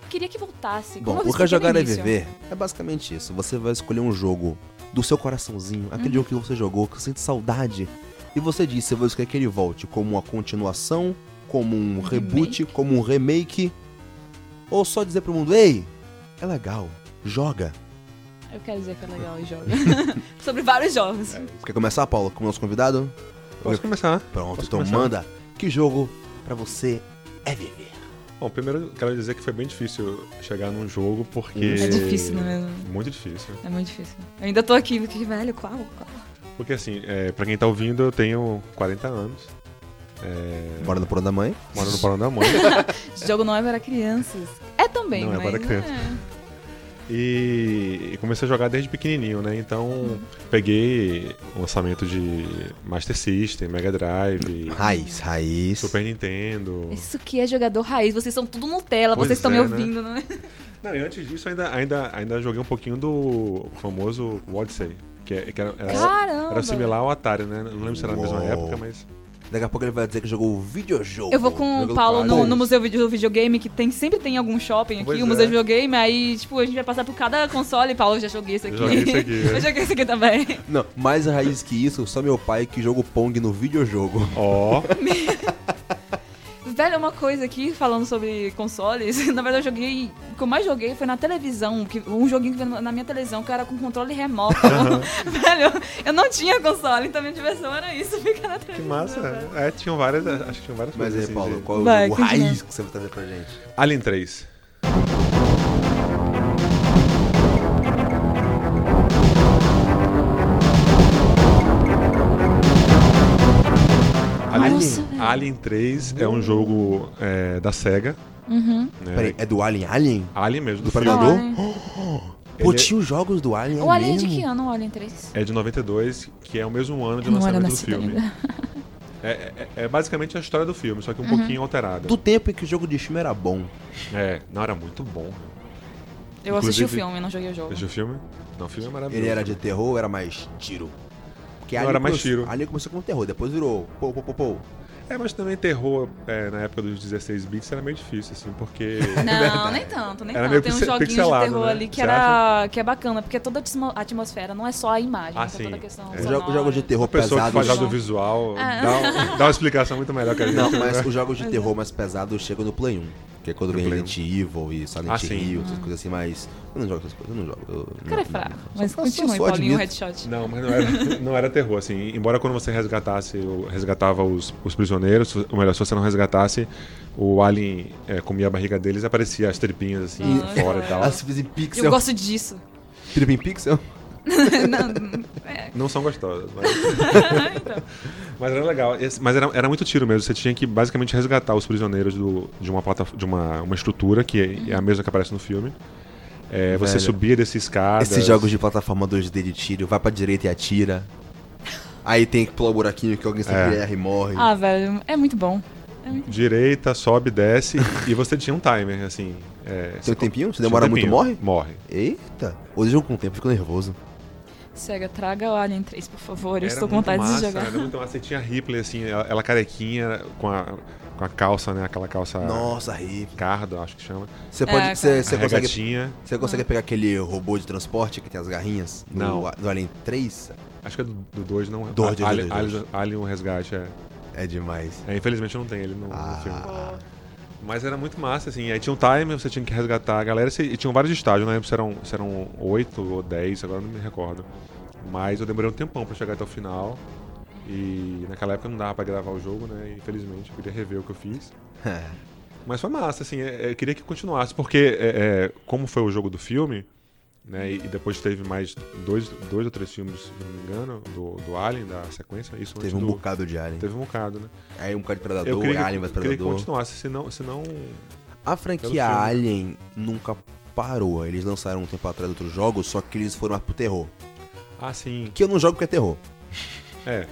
B: queria que voltasse.
A: Bom,
B: Como eu
A: o
B: expliquei no
A: rejogar é
B: início.
A: viver é basicamente isso. Você vai escolher um jogo do seu coraçãozinho, aquele jogo que
B: Uhum.
A: você jogou, que você sente saudade. E você diz se você quer que ele volte como uma continuação, como um reboot, como um remake. Ou só dizer pro mundo, ei, é legal, joga.
B: Eu quero dizer que é legal e joga. sobre vários jogos.
A: Quer começar, Paulo, com o nosso convidado?
C: Posso começar?
A: Pronto,
C: Posso
A: então
C: começar?
A: manda. Que jogo pra você é viver?
C: Bom, primeiro eu quero dizer que foi bem difícil chegar num jogo, porque...
B: É difícil, não é mesmo?
C: Muito difícil.
B: É muito difícil. Eu ainda tô aqui, porque, velho, qual? qual?
C: Porque assim, é, pra quem tá ouvindo, eu tenho 40 anos.
B: Hum.
C: É,
A: Bora no porão da mãe?
C: moro no Parão da Mãe.
B: Esse jogo não é para crianças. É também,
C: Não, é
B: mas...
C: para criança. E comecei a jogar desde pequenininho, né? Então peguei o lançamento de Master System, Mega Drive,
A: Raiz, raiz.
C: Super Nintendo.
B: Isso que é jogador raiz. Vocês são tudo Nutella,
C: Pois
B: vocês estão me
C: é, né?
B: ouvindo, né?
C: Não, e antes disso ainda, ainda, ainda joguei um pouquinho do famoso Odyssey, que, é- que era, era,
B: Caramba!
C: era similar ao Atari, né? Não lembro se era na mesma
A: Uou.
C: época, mas.
A: Daqui a pouco ele vai dizer que jogou videojogo.
B: Eu vou com
A: Jogo
B: o
A: do
B: Paulo no,
A: Paulo.
B: no museu vide- do videogame, que tem, sempre tem algum shopping aqui,
C: Pois
B: o museu
C: é.
B: de videogame, aí, tipo, a gente vai passar por cada console. Paulo, eu já joguei isso aqui.
C: Eu joguei isso aqui, é.
B: Eu joguei isso aqui também.
A: Não, mais raiz que isso, só meu pai que joga o Pong no videojogo.
C: Ó,
B: Velho, é uma coisa aqui, falando sobre consoles, na verdade eu joguei, o que eu mais joguei foi na televisão, que, um joguinho que veio na minha televisão que era com controle remoto. Velho, eu não tinha console, então minha diversão era isso, ficar na televisão.
C: que massa.
B: velho.
C: É, tinham várias. Acho que tinham várias
A: Mas
C: coisas.
A: aí,
C: assim
A: Paulo,
C: de-
A: qual é o
B: Vai,
A: jogo
B: continua.
A: raiz que você vai trazer pra gente?
C: Alien 3. Alien,
B: Nossa, velho.
C: Alien 3 é um jogo é, da SEGA.
B: Uhum.
C: né?
A: Peraí, é do Alien Alien?
C: Alien mesmo, do
A: Do
C: filme.
A: Predador?
B: Alien.
A: Pô,
C: Ele-
A: tinha os jogos do Alien
B: O Alien é de
A: mesmo?
B: que ano o Alien 3?
C: É de 92, que é o mesmo ano de
B: Eu não era
C: lançamento do
B: nascida
C: filme.
B: ainda.
C: É, é- é basicamente a história do filme, só que um
B: Uhum.
C: pouquinho alterada.
A: Do tempo em que o jogo de filme era bom.
C: É, não era muito bom.
B: Eu assisti o
C: Inclusive-
B: filme, não joguei o jogo.
C: Veja o filme? Não, o filme é maravilhoso.
A: Ele era de terror ou era mais tiro? Porque
C: Não,
A: Alien
C: era mais
A: começou-
C: tiro.
A: Alien começou como terror, depois virou pô, pô, pô, pô.
C: É, mas também terror é, na época dos 16 bits era meio difícil, assim, porque.
B: Não, nem tanto, nem
C: Era
B: tanto.
C: meio
B: Tem uns
C: pixe-
B: joguinhos de
C: pixelado,
B: terror
C: né?
B: ali que,
C: Você
B: era, que é bacana, porque é toda a atmo- atmosfera, não é só a imagem,
C: Ah,
B: tem toda a
C: sim.
B: questão
C: É.
A: Os
C: Os
B: sonora.
A: jo- os jogos de terror
C: a pessoa que
A: pesados.
C: faz do visual dá, dá uma explicação muito melhor que a gente. né?
A: Não, mas os jogos
B: é.
A: de terror mais pesados chegam no Play 1. Que é quando vem
C: Play
A: Resident Evil e Silent
C: Ah, sim.
A: Hill, essas coisas assim, mas. Eu não jogo essas coisas, eu não jogo. eu-
B: O cara é
A: não-
B: fraco,
A: só-
B: mas
A: só-
B: continua aí,
A: só
B: Paulinho, o
A: admito.
B: headshot.
C: Não, mas não era, não era terror, assim. Embora quando você resgatasse, ou resgatava os, os prisioneiros, ou melhor, se você não resgatasse, o alien é, comia a barriga deles e aparecia as tripinhas, assim,
B: Ah,
C: fora e tal.
A: Elas fazem
B: Eu
A: pixel.
B: gosto disso.
A: Trip em pixel?
C: Não são gostosas, mas...
B: Então.
C: Mas era legal. Esse- mas era, era muito tiro mesmo. Você tinha que basicamente resgatar os prisioneiros do- de, uma, plata, de uma, uma estrutura, que é- é a mesma que aparece no filme. É, você
A: Velho.
C: subia desse escada.
A: Esses jogos de plataforma 2D de tiro, vai pra direita e atira. Aí tem que pular o buraquinho que alguém sempre
C: É.
A: erra e morre.
B: Ah, velho, é muito bom.
C: Direita, sobe, desce. e você tinha um timer, assim. É,
A: tem
C: você-
A: um tempinho? Se
C: tinha um
A: demora muito,
C: tempinho.
A: morre?
C: Morre.
A: Eita! Hoje eu jogo com o tempo, fico nervoso.
B: Sega, traga o Alien 3, por favor. Eu
C: Era
B: estou com
C: muito
B: vontade
C: massa,
B: de jogar.
C: Era muito massa. E tinha a Ripley, assim, ela, ela carequinha com a, com a calça, né? Aquela calça
A: Nossa, Ripley.
C: cardo, acho que chama.
A: Você pode.
B: É,
A: Você, você
C: a
A: consegue.
C: regatinha.
A: Você consegue pegar aquele robô de transporte que tem as garrinhas? do-
C: Não.
A: Do Alien 3?
C: Acho que é do 2, não?
A: Dois, é dois,
C: Alien,
A: dois, dois.
C: Alien- Alien o Resgate, é.
A: É demais.
C: É, Infelizmente eu não tenho ele no, no
A: Ah.
C: filme. Mas era muito massa, assim. Aí tinha um timer, você tinha que resgatar a galera. E tinham vários estágios, não lembro se eram, se eram 8 ou 10, agora eu não me recordo. Mas eu demorei um tempão pra chegar até o final. E naquela época não dava pra gravar o jogo, né? Infelizmente, eu queria rever o que eu fiz.
A: É.
C: Mas foi massa, assim, é- é, eu queria que continuasse, porque é, é, como foi o jogo do filme, né? E, e depois teve mais dois, dois ou três filmes, se não me engano, do, do Alien, da sequência, isso
A: Teve
C: antes
A: um
C: do-
A: bocado de Alien.
C: Teve um bocado, né?
A: Aí um bocado de
C: Eu
A: Predador,
C: queria, que-
A: Alien vs
C: eu queria que
A: Predador.
C: continuasse, senão, senão
A: A
C: Pelo filme.
A: franquia Alien nunca parou. Eles lançaram um tempo atrás outros jogos, só que eles foram mais pro terror.
C: Ah, sim.
A: Que eu não jogo porque é terror.
C: É.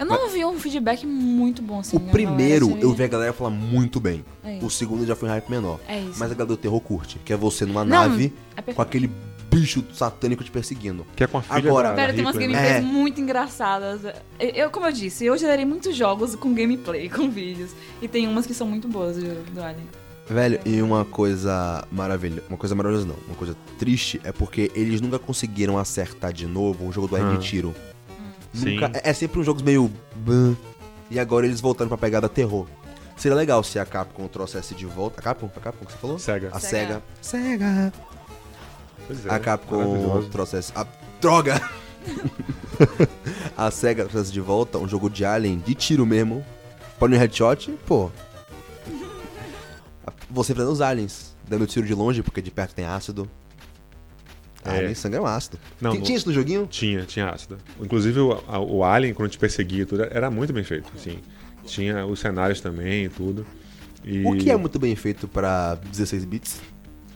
B: Eu não vi um feedback muito bom assim.
A: o
B: né,
A: primeiro
B: galera,
A: eu
B: assim,
A: vi a galera falar muito bem.
B: É isso.
A: O segundo já foi um hype menor.
B: É isso.
A: Mas a galera do terror curte, que é você numa
B: Não,
A: nave
B: é perfeito.
A: com aquele bicho satânico te perseguindo.
C: Que é com a filha
A: Agora-
C: da, da
B: Velho, tem umas
C: Ripley, né?
A: né?
B: gameplays
A: É.
B: muito engraçadas. Eu- Eu, como eu disse, eu gerei muitos jogos com gameplay, com vídeos. E tem umas que são muito boas do, do Alien.
A: Velho, e uma coisa maravilhosa. Uma coisa maravilhosa não, uma coisa triste é porque eles nunca conseguiram acertar de novo um jogo do Alien de tiro.
B: Hum.
C: Sim.
A: Nunca- é, é sempre um jogo meio. bã. E agora eles voltaram pra pegada terror. Seria legal se a Capcom trouxesse de volta. A Capcom? A Capcom que você falou?
C: Sega.
A: A
B: Sega.
A: Sega. Sega.
C: Pois é,
A: A Capcom
C: maravilhoso.
A: trouxesse. A droga! a Sega trouxesse de volta um jogo de Alien de tiro mesmo. Põe um headshot, pô. Você enfrentando os aliens, dando tiro de longe, porque de perto tem ácido.
C: É.
A: Alien sangue é um ácido.
C: Não,
A: Ti-
C: no-
A: Tinha isso no joguinho?
C: Tinha, tinha ácida. Inclusive o, a- o Alien, quando te perseguia e tudo, era muito bem feito, assim. Tinha os cenários também e tudo. E-
A: O que é muito bem feito pra 16 bits.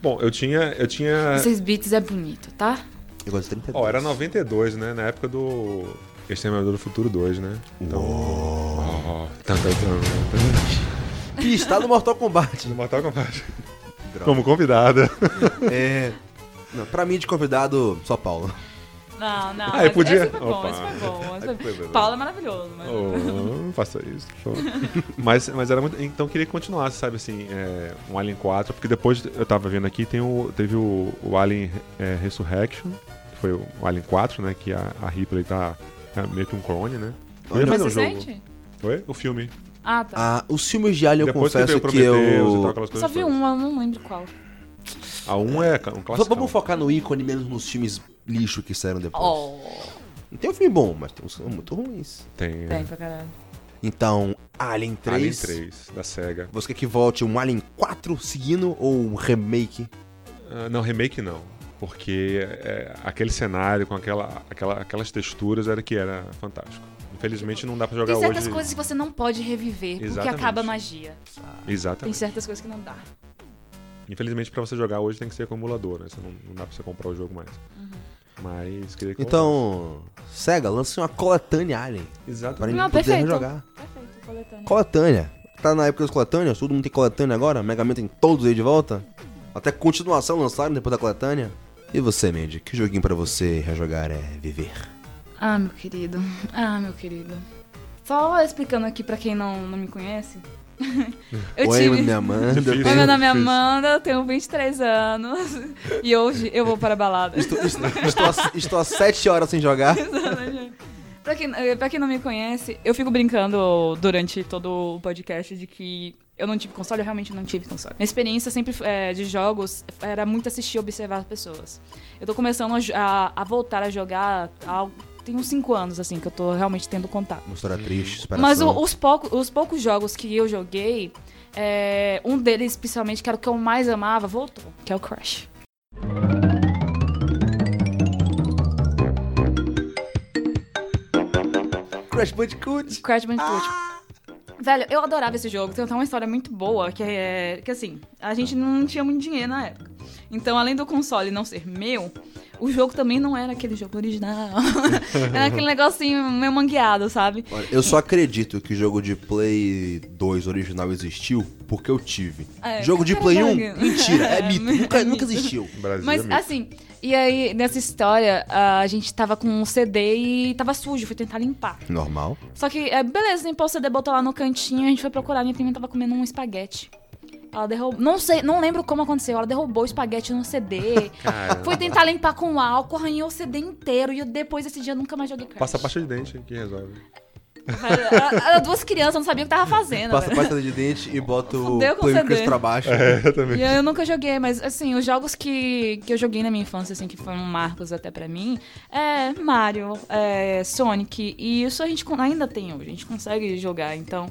C: Bom, eu tinha. Eu tinha.
B: 6 bits é bonito, tá?
A: Eu gosto de 32.
C: Ó, era 92, né? Na época do. Exterminador do Futuro 2, né? Então. Ó, tan, tan, tan.
A: Que está no Mortal Kombat.
C: No Mortal Kombat.
A: Droga.
C: Como convidada.
A: É. Não, pra mim, de convidado, só Paulo.
B: Não, não.
C: Ah, eu
B: mas
C: podia?
B: Esse foi bom,
C: Opa.
B: esse foi bom. Esse
C: Foi
B: foi...
C: bom.
B: Paulo é maravilhoso, mas.
C: Oh, não faça isso. por favor. mas, mas era muito. Então eu queria que continuasse, sabe assim, é, um Alien 4, porque depois eu tava vendo aqui, tem o, teve o, o Alien é, Resurrection, que foi o Alien 4, né? Que a, a Ripley tá é, meio que um clone, né? Eu ia
A: Olha,
B: Mas
C: fazer um
B: você
C: jogo.
B: sente?
C: Foi? O filme.
B: Ah, tá.
A: Ah, os filmes de Alien, eu
C: depois
A: confesso
C: que
A: que,
C: veio Prometheus e tal,
A: eu...
C: aquelas
B: Só
C: coisas.
B: vi um.
C: todas.
B: uma, eu não lembro qual.
C: A um é um clássico.
A: Vamos focar no ícone menos nos filmes lixo que saíram depois.
B: Oh,
A: Tem um filme bom, mas tem uns que são muito ruins.
C: Tem. é.
B: bem pra caralho.
A: Então, Alien 3.
C: Alien 3, da SEGA.
A: Você quer que volte um Alien 4 seguindo ou um remake?
C: Ah, não, remake não. Porque é, aquele cenário com aquela, aquela- aquelas texturas era que era fantástico. Infelizmente não dá pra jogar
B: Tem certas
C: hoje.
B: coisas que você não pode reviver, porque
C: Exatamente.
B: acaba a magia. Tem
C: Exatamente.
B: certas coisas que não dá.
C: Infelizmente pra você jogar hoje tem que ser acumulador, né? Você não, não dá pra você comprar o jogo mais.
B: Uhum.
C: Mas queria que
A: Então, Sega, lance uma coletânea Alien.
C: voltasse.
A: Pra
C: Exatamente.
A: gente
B: Não,
A: poder
B: perfeito.
A: jogar.
B: Perfeito, coletânea.
A: Coletânea. Tá na época das coletâneas, todo mundo tem coletânea agora, Mega Man tem todos aí de volta. Até continuação lançaram depois da coletânea. E você, Mandy, que joguinho pra você rejogar é viver?
B: Ah, meu querido. Ah, meu querido. Só explicando aqui pra quem não, não me conhece. eu
A: Oi,
B: tive.
A: meu nome é Amanda.
C: Difícil.
A: eu
B: Oi, meu nome é
C: Difícil.
B: Amanda, eu tenho 23 anos e hoje eu vou para a balada.
A: tenho- estou, estou, há- estou há sete horas sem jogar.
B: pra, quem, eh, pra quem não me conhece, eu fico brincando durante todo o podcast de que eu não tive console, eu realmente não tive console. Minha experiência sempre eh, de jogos era muito assistir e observar as pessoas. Eu tô começando a jo- a, a voltar a jogar há, tem uns 5 anos, assim, que eu tô realmente tendo contato.
A: Uma história triste, superação.
B: Mas o- os, pouco, os poucos jogos que eu joguei, é, um deles, principalmente, que era o que eu mais amava, voltou, que é o Crash.
A: Crash Bandicoot.
B: Crash Bandicoot. Velho, eu adorava esse jogo. Tem até uma história muito boa, que é que assim, a gente não tinha muito dinheiro na época. Então, além do console não ser meu, O jogo também não era aquele jogo original. era aquele negocinho meio mangueado, sabe?
A: Olha, eu só acredito que o jogo de Play 2 original existiu porque eu tive.
B: É,
A: jogo de Play 1?
B: caralho.
A: Mentira, é mito. Nunca,
B: É
A: nunca
B: mito.
A: existiu.
C: Brasil é
B: Mas
C: mito.
B: assim, e aí nessa história, a gente tava com um CD e tava sujo, fui tentar limpar.
A: Normal.
B: Só que, é, beleza, limpou o CD, botou lá no cantinho, a gente foi procurar, minha prima tava comendo um espaguete. Ela derrubou. Não sei, não lembro como aconteceu. Ela derrubou o espaguete no CD.
C: Caramba.
B: Fui tentar limpar com álcool, arranhou o CD inteiro. E eu, depois desse dia eu nunca mais joguei Crash.
C: Passa a pasta de dente que resolve.
B: Era, era duas crianças, eu não sabia o que tava fazendo.
A: Passa a
B: velho.
A: pasta de dente e bota o
B: Fudeu com
A: Play
B: CD.
A: Chris pra baixo.
B: E eu nunca joguei, mas assim, os jogos que, que eu joguei na minha infância, assim, que foram marcos até pra mim, é Mario, é Sonic, e isso a gente con- ainda tem hoje, a gente consegue jogar, então.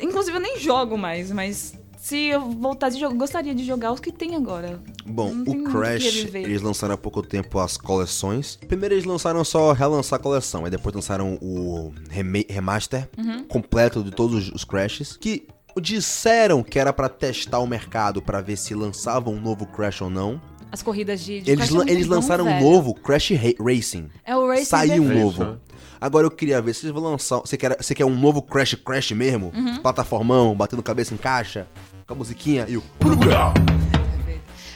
A: É.
B: Inclusive eu nem jogo mais, mas se eu voltasse de jogo, eu gostaria de jogar os que tem agora.
A: Bom,
B: Não tem
A: o
B: muito que
A: Crash,
B: viver.
A: eles lançaram há pouco tempo as coleções. Primeiro eles lançaram só relançar a coleção, aí depois lançaram o rema- remaster
B: Uhum.
A: completo de todos os Crashes, que disseram que era pra testar o mercado pra ver se lançavam um novo Crash ou não.
B: As corridas de. de
A: Eles,
B: Crash é
A: lan-
B: muito
A: eles
B: bom,
A: lançaram um
B: velho.
A: novo Crash Ra- Racing.
B: É o Racing
A: Saiu um
B: Death-
C: Racing.
A: novo. Agora eu queria ver se eles vão lançar. Você quer, você quer um novo Crash Crash mesmo?
B: Uhum.
A: Plataformão, batendo cabeça em caixa, com a musiquinha e o.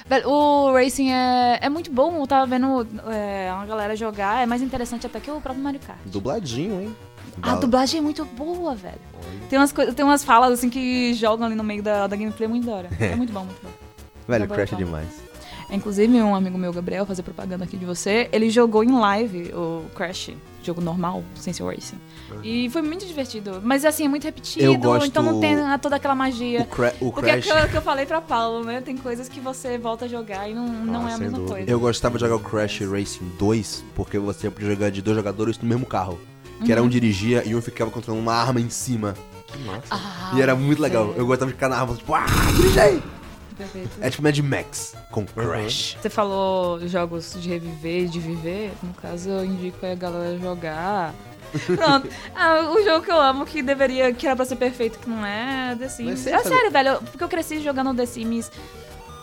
B: Velho, O Racing é, é muito bom, eu tava vendo é, uma galera jogar, é mais interessante até que o próprio Mario Kart.
A: Dubladinho, hein?
B: Uhum. A
A: Dá-
B: dublagem é muito boa, velho. Tem umas, coi- tem umas falas assim que jogam ali no meio da, da gameplay muito da hora. É muito bom, muito Tá bom.
A: Velho,
B: Dá
A: Crash é
B: pra voltar.
A: demais.
B: É, Inclusive, um amigo meu, Gabriel, fazer propaganda aqui de você, ele jogou em live o Crash, jogo normal, sem ser o Racing. E foi muito divertido. Mas assim, é muito repetido,
A: Eu gosto-
B: então não tem ah, toda aquela magia.
A: O, cra o
B: Porque é
A: Crash.
B: aquilo que eu falei pra Paulo, né? Tem coisas que você volta a jogar e não, não
C: Ah,
B: é a
C: sem
B: mesma
C: dúvida.
B: coisa.
A: Eu gostava de jogar o Crash Racing 2 porque você podia jogar de dois jogadores no mesmo carro. Que
B: Uhum.
A: era um dirigia e um ficava controlando uma arma em cima.
C: Que massa.
B: Ah,
A: e era muito legal. Eu gostava de ficar na arma, tipo, ah, dirigei!
B: Perfeito.
A: É tipo Mad Max com Crash.
B: Você falou jogos de reviver, de viver. No caso, eu indico a galera jogar. Pronto. Ah, o jogo que eu amo, que deveria, que era pra ser perfeito, que não é, é The
A: Mas
B: Sims.
A: você
B: É
A: sabe-
B: sério, velho. eu- Porque eu cresci jogando The Sims.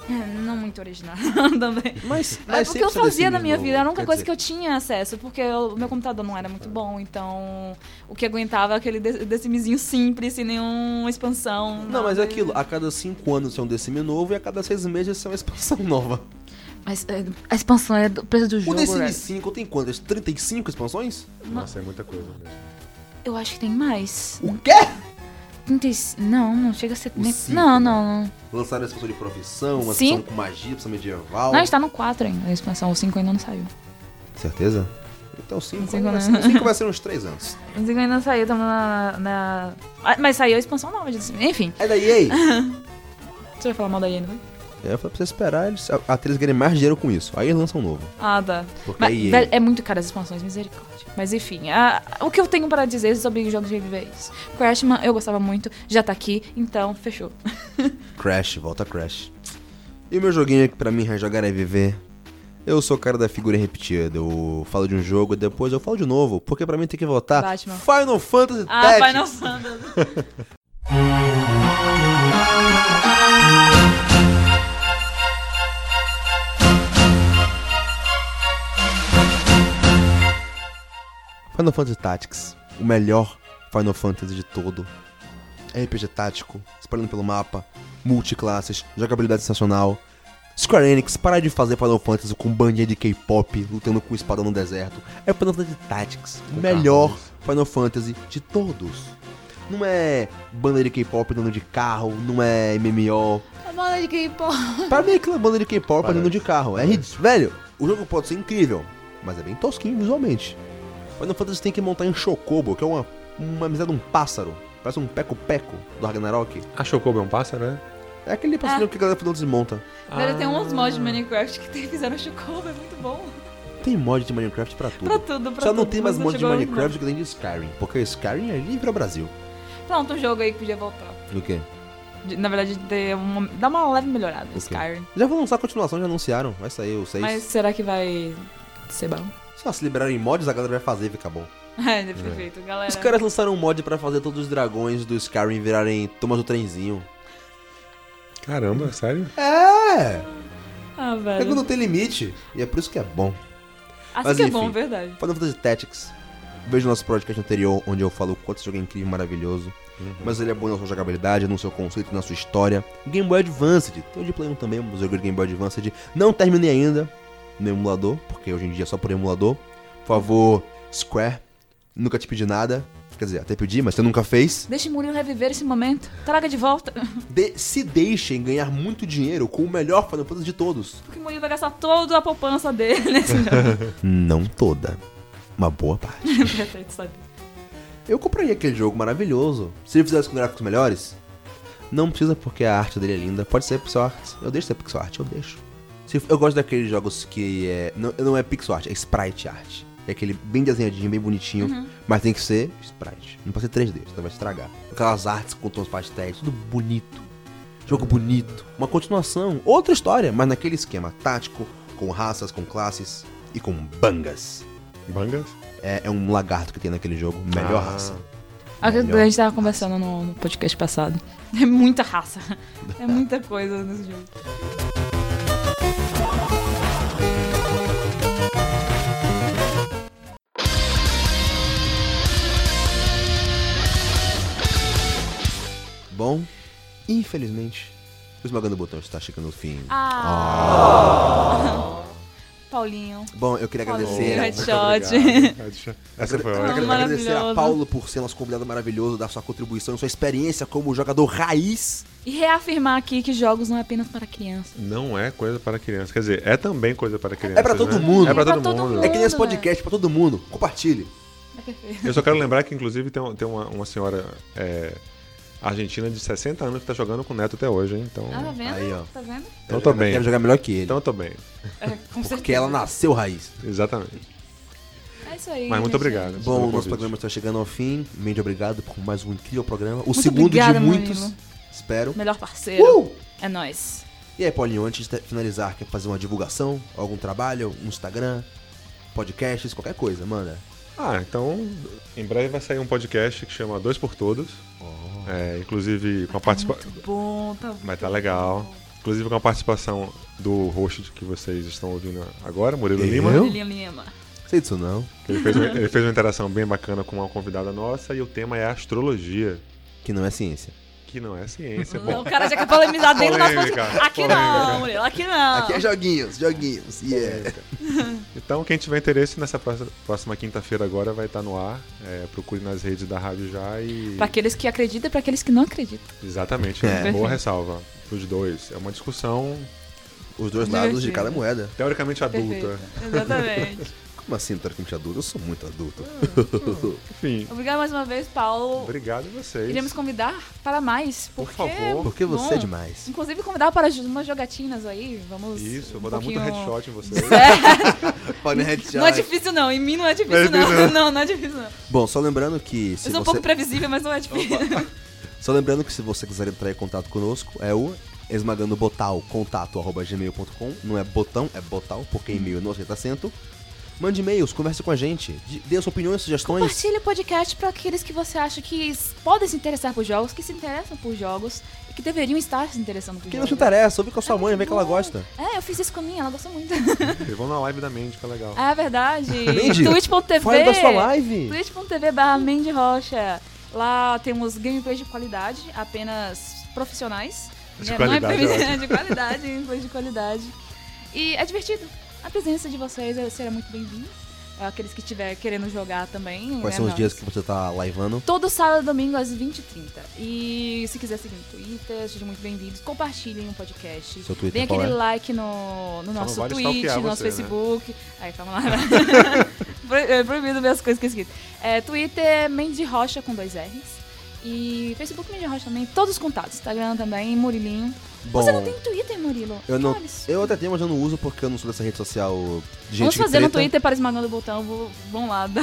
B: é, Não muito original também.
A: Mas,
B: É porque eu fazia na minha vida, era a única coisa que eu tinha acesso, porque o meu computador não era muito bom, então o que aguentava era aquele The The Simzinho simples, sem nenhuma expansão.
A: Não, mas é
B: nada.
A: aquilo. A cada 5 anos são um decime novo e a cada 6 meses são uma expansão nova.
B: Mas é, a expansão é do preço do
A: O
B: jogo.
A: decime
B: velho.
A: 5 tem quantas? 35 expansões?
C: Nossa, é muita coisa mesmo.
B: Eu acho que tem mais.
A: O quê?
B: 35. Não, não chega a ser.
A: O
B: Nem...
A: cinco, né?
B: Não, não, não.
A: Lançaram a expansão de profissão, uma
B: Sim.
A: expansão com magia, expansão medieval.
B: Não, a gente tá no 4 ainda, a expansão. O 5 ainda não saiu.
A: Certeza? Então 5
B: Cinco,
A: vai,
B: né?
A: ser- cinco vai ser uns 3 anos.
B: O 5 ainda não saiu, tamo na. na- Ah, Mas saiu a expansão nova. de- Enfim,
A: É da EA.
B: você vai falar mal da né? EA, não vai?
A: É, Eu falei pra você esperar eles, a atriz ganha mais dinheiro com isso. Aí eles lançam um novo.
B: Ah, tá.
A: Porque
B: Mas,
A: a EA.
B: velho, é muito caro as expansões, misericórdia. Mas enfim, a- o que eu tenho pra dizer sobre jogos de NBA? Crashman, eu gostava muito, já tá aqui, então fechou.
A: Crash, volta Crash. E o meu joguinho que pra mim é jogar é viver. Eu sou o cara da figurinha repetida. Eu falo de um jogo e depois eu falo de novo. Porque pra mim tem que votar
B: Batman.
A: Final Fantasy
B: Ah,
A: Tactics.
B: Final Fantasy.
A: Final Fantasy Tactics. O melhor Final Fantasy de todo. RPG tático, espalhando pelo mapa, multiclasses, jogabilidade sensacional. Square Enix, parar de fazer Final Fantasy com bandinha de K-pop lutando com espada no deserto. É Final Fantasy Tactics, o melhor Final Fantasy de todos. Não é banda de K-pop andando de carro, não é MMO.
B: A bola de K-pop.
A: Pra mim, aquela banda Tá de K-pop
C: Parece.
A: andando de carro. É ridículo. Velho, o jogo pode ser incrível, mas é bem tosquinho visualmente. Final Fantasy tem que montar em Chocobo, que é uma, uma amizade de um pássaro. Parece um peco-peco do Ragnarok.
C: A Chocobo é um pássaro, né?
A: É aquele passarinho que a galera final desmonta.
B: Velho, tem uns mods de Minecraft que tem- fizeram chocobo, é muito bom.
A: Tem mod de Minecraft pra tudo.
B: Pra tudo, pra
A: Só
B: tudo.
A: não tem mais
B: mas
A: mod de
B: chegou né? a-
A: Minecraft que tem de Skyrim, porque Skyrim é livre ao Brasil.
B: Pronto, um jogo aí que podia voltar.
A: O quê?
B: De- na verdade, ter uma, dar uma leve melhorada.
A: Ok. É
B: Skyrim.
A: Já vão lançar a continuação, já anunciaram. Vai sair o 6.
B: Mas será que vai ser bom?
A: Se lá, se liberarem mods, a galera vai fazer e fica bom.
B: É, é perfeito, galera.
A: Os caras lançaram um mod pra fazer todos os dragões do Skyrim virarem tomas do trenzinho.
C: Caramba, sério?
A: É!
B: Ah,
A: É
B: velho. Ah,
A: quando não tem limite. E é por isso que é bom.
B: Assim
A: Mas
B: que é
A: enfim,
B: bom, verdade.
A: Final Fantasy Tactics. Veja o nosso podcast anterior, onde eu falo o quanto esse jogo é incrível e maravilhoso. Mas ele é bom na sua jogabilidade, no seu conceito, na sua história. Game Boy Advance, tem o de Play 1 também, mas eu joguei o Game Boy Advance. Não terminei ainda no emulador, porque hoje em dia é só por emulador. Por favor, Square, nunca te pedi nada. Quer dizer, até pedi, mas você nunca fez.
B: Deixa o Murilo reviver esse momento. Traga de volta.
A: De- se deixem ganhar muito dinheiro com o melhor Final Fantasy de todos.
B: Porque o Murilo vai gastar toda a poupança dele nesse jogo.
A: Não toda, uma boa parte.
B: Perfeito,
A: É
B: sabe?
A: Eu compraria aquele jogo maravilhoso. Se ele fizesse com gráficos melhores, não precisa porque a arte dele é linda. Pode ser pixel art. Eu deixo ser pixel art, eu deixo. Se- eu gosto daqueles jogos que é, não, não é pixel art, é sprite art. É aquele bem desenhadinho, bem bonitinho, mas tem que ser sprite. Não pode ser 3D, senão vai estragar. Aquelas artes com tons pastéis, tudo bonito. Jogo bonito. Uma continuação, outra história, mas naquele esquema tático, com raças, com classes e com bangas.
C: Bangas?
A: É, é um lagarto que tem naquele jogo, melhor
C: Ah.
A: raça.
B: A que
A: Melhor
B: a gente tava conversando no, no podcast passado. É muita raça. É muita coisa nesse jogo.
A: Bom, infelizmente, o Esmagando o Botão está chegando ao fim. Ah.
B: Ah. Paulinho.
A: Bom, eu queria agradecer.
B: Paulinho,
A: a-
B: headshot.
C: Obrigado, headshot. Essa foi
A: Eu
C: ótima.
A: quero agradecer a
B: Maravilhoso.
A: Paulo por ser nosso convidado maravilhoso, dar sua contribuição, sua experiência como jogador raiz.
B: E reafirmar aqui que jogos não é apenas para criança.
C: Não é coisa para criança. Quer dizer, é também coisa para criança.
A: É pra todo
C: né?
A: mundo.
C: É pra
B: É pra
C: todo,
B: todo
C: mundo.
B: mundo.
A: É que nem esse
B: né?
A: podcast pra todo mundo. Compartilhe.
C: Eu só quero lembrar que, inclusive, tem, um- tem uma, uma senhora é, argentina de 60 anos que tá jogando com o Neto até hoje, hein? Então,
B: Ah, tá vendo?
A: É. Aí, ó.
B: Tá vendo?
C: então tô bem.
A: Quero jogar melhor que ele.
C: Então tô bem.
B: É, com
A: porque ela nasceu raiz.
C: Exatamente.
B: É isso aí.
C: Mas muito
B: gente.
C: obrigado.
A: Bom,
C: pelo
A: o nosso
C: convite.
A: programa está chegando ao fim. Muito obrigado por mais um incrível programa. O
B: Muito
A: segundo
B: obrigada,
A: de muitos.
B: Murilo.
A: Espero.
B: Melhor parceiro.
A: Uh!
B: É nóis.
A: E aí, Paulinho, antes de finalizar, quer fazer uma divulgação? Algum trabalho? Um Instagram? Podcasts? Qualquer coisa, manda.
C: Ah, então em breve vai sair um podcast que chama Dois por Todos.
A: Oh.
C: É, inclusive com a participação.
B: Bom, tá bom.
C: Vai estar legal. Inclusive com a participação do host que vocês estão ouvindo agora, Murilo
A: Eu?
C: Lima.
B: Lilian Lima.
A: Sei disso não.
C: que Ele fez, uma, ele fez uma interação bem bacana com uma convidada nossa e o tema é astrologia,
A: Que não é ciência.
C: que não é ciência.
B: Não,
C: Bom,
B: o cara já quer polemizar dentro da
C: Polêmica,
B: Aqui não, Murilo, aqui não.
A: Aqui é joguinhos, joguinhos. Yeah.
C: então quem tiver interesse nessa próxima, próxima quinta-feira agora vai estar no ar. É, procure nas redes da rádio já e
B: Pra aqueles que acreditam e pra aqueles que não acreditam.
C: exatamente.
A: É.
C: Boa ressalva. Os dois. É uma discussão
A: Os dois lados de
B: Divertido.
A: cada moeda.
C: teoricamente adulta.
B: Perfeito. Exatamente.
A: Como assim, teoricamente adulto? Eu sou muito adulto.
C: Enfim.
B: Obrigado mais uma vez, Paulo.
C: Obrigado a vocês.
B: Iremos convidar para mais.
C: Por
B: Porque,
C: favor.
A: Porque você é
B: Bom.
A: demais.
B: Inclusive, convidar para ju- umas jogatinas aí. Vamos.
C: Isso, eu vou
B: um
C: dar muito
B: pouquinho- É.
C: headshot em vocês.
A: Pode headshot.
B: Não é difícil, não. Em mim não é difícil,
C: Não é
B: não.
C: difícil,
B: Não, não, é difícil, não.
A: Bom, só lembrando que se
B: Eu sou um
A: você...
B: pouco previsível, mas não é difícil.
A: Só lembrando que se você quiser entrar em contato conosco, é o esmagando botal contato arroba gmail.com. Não é botão, é botal,
B: Hum.
A: porque e-mail não aceita acento. Mande e-mails, converse com a gente. de- Dê suas opiniões, sugestões.
B: Compartilhe o podcast para aqueles que você acha que s- podem se interessar por jogos, que se interessam por jogos e que deveriam estar se interessando por
A: Quem não
B: jogos.
A: se interessa, ouve com a sua
B: É
A: mãe,
B: muito
A: vê que ela
B: bom.
A: gosta.
B: É, eu fiz isso com a minha, ela gostou muito.
C: E vão na live da Mandy, que é legal.
B: É verdade.
A: Mandy,
B: Twitch.tv.
A: Fala da sua live.
B: twitch.tv barra Mandy Rocha. Lá temos gameplays de qualidade, apenas profissionais.
C: De
B: Né? não
C: qualidade,
B: é
C: é
B: previs- de qualidade, gameplays de qualidade. E é divertido. A presença de vocês é- será muito bem-vinda. Aqueles que estiver querendo jogar também.
A: Quais
B: é
A: são os
B: nóis.
A: dias que você tá livando?
B: Todo sábado e domingo às 20h30. E se quiser seguir no Twitter, sejam muito bem-vindos. Compartilhem o podcast.
A: Seu Twitter
B: Deem
A: qual
B: aquele
A: é?
B: like no, no
C: Só
B: nosso
C: não vale
B: Twitch,
C: stalkear
B: no nosso
C: você, né?
B: Facebook. Aí, calma lá. né? Pro- é proibido ver as coisas que eu esqueci. É, Twitter, Mendy Rocha com dois R's. E Facebook Mendy Rocha também. Todos os contatos. Instagram também, Murilinho.
A: Bom,
B: Você não tem Twitter, Murilo?
A: eu não.
B: Que absurdo.
A: Eu até tenho, mas eu não uso porque eu não sou dessa rede social de gente
B: Vamos
A: que
B: fazer no
A: treta.
B: Twitter para esmagando o botão. Vou- Vão lá. dá-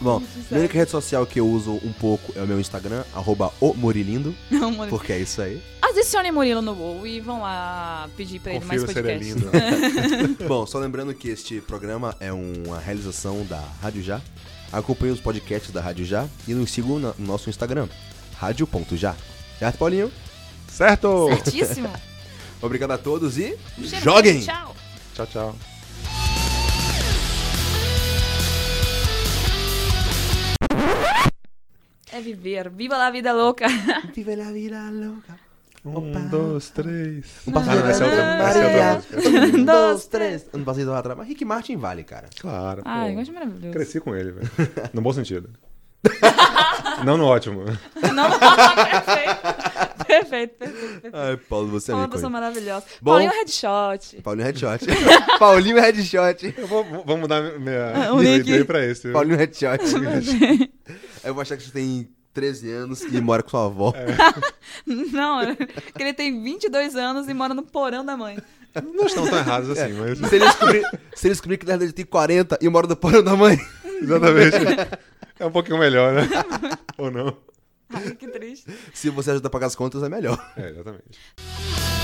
A: Bom,
B: Sério.
A: a única rede social que eu uso um pouco é o meu Instagram, arroba o Murilindo,
B: Não, Murilo.
A: porque é isso aí.
B: Adicione Murilo no WoW e vão lá pedir pra ele mais
C: Confira se ele é
B: podcasts.
C: lindo.
A: Bom, só lembrando que este programa é uma realização da Rádio Já. Acompanhe os podcasts da Rádio Já e nos sigam na- no nosso Instagram, rádio.já. Certo, Paulinho?
C: certo?
B: Certíssimo.
A: Obrigado a todos e
B: Cheiro,
A: joguem!
B: Tchau.
C: Tchau, tchau.
B: É viver. Viva la vida louca.
A: Vive la vida louca.
C: Um,
A: Opa.
C: dois, três.
A: Um passinho
C: essa é outra, essa é outra música.
A: Maria. Um, dois,
B: Dois,
A: três. Um passinho atrás. Mas Rick Martin vale, cara.
C: Claro.
B: Ai,
C: pô.
B: eu acho maravilhoso.
C: Cresci com ele, velho. No bom sentido. Não no ótimo.
B: Não, não, perfeito. Perfeito, perfeito. perfeito.
A: Ai, Paulo,
C: é
A: você é
B: Uma pessoa maravilhosa.
A: Bom.
B: Paulinho é Headshot.
A: Paulinho é Headshot. Paulinho é Headshot.
C: Eu vou, vou- vou mudar minha
B: Ah, o
C: minha
B: Nick.
C: ideia pra esse.
A: Paulinho é Headshot. Eu vou achar que você tem 13 anos e mora com sua avó.
B: Não, que ele tem 22 anos e mora no porão da mãe.
C: Não estão tão errados assim, mas.
A: Se ele descobrir, se ele descobrir que na verdade ele tem 40 e mora no porão da mãe.
C: Exatamente. É um pouquinho melhor, né? Ou não?
B: Ai, que triste.
A: Se você ajuda a pagar as contas, é melhor.
C: É, exatamente.
D: Thank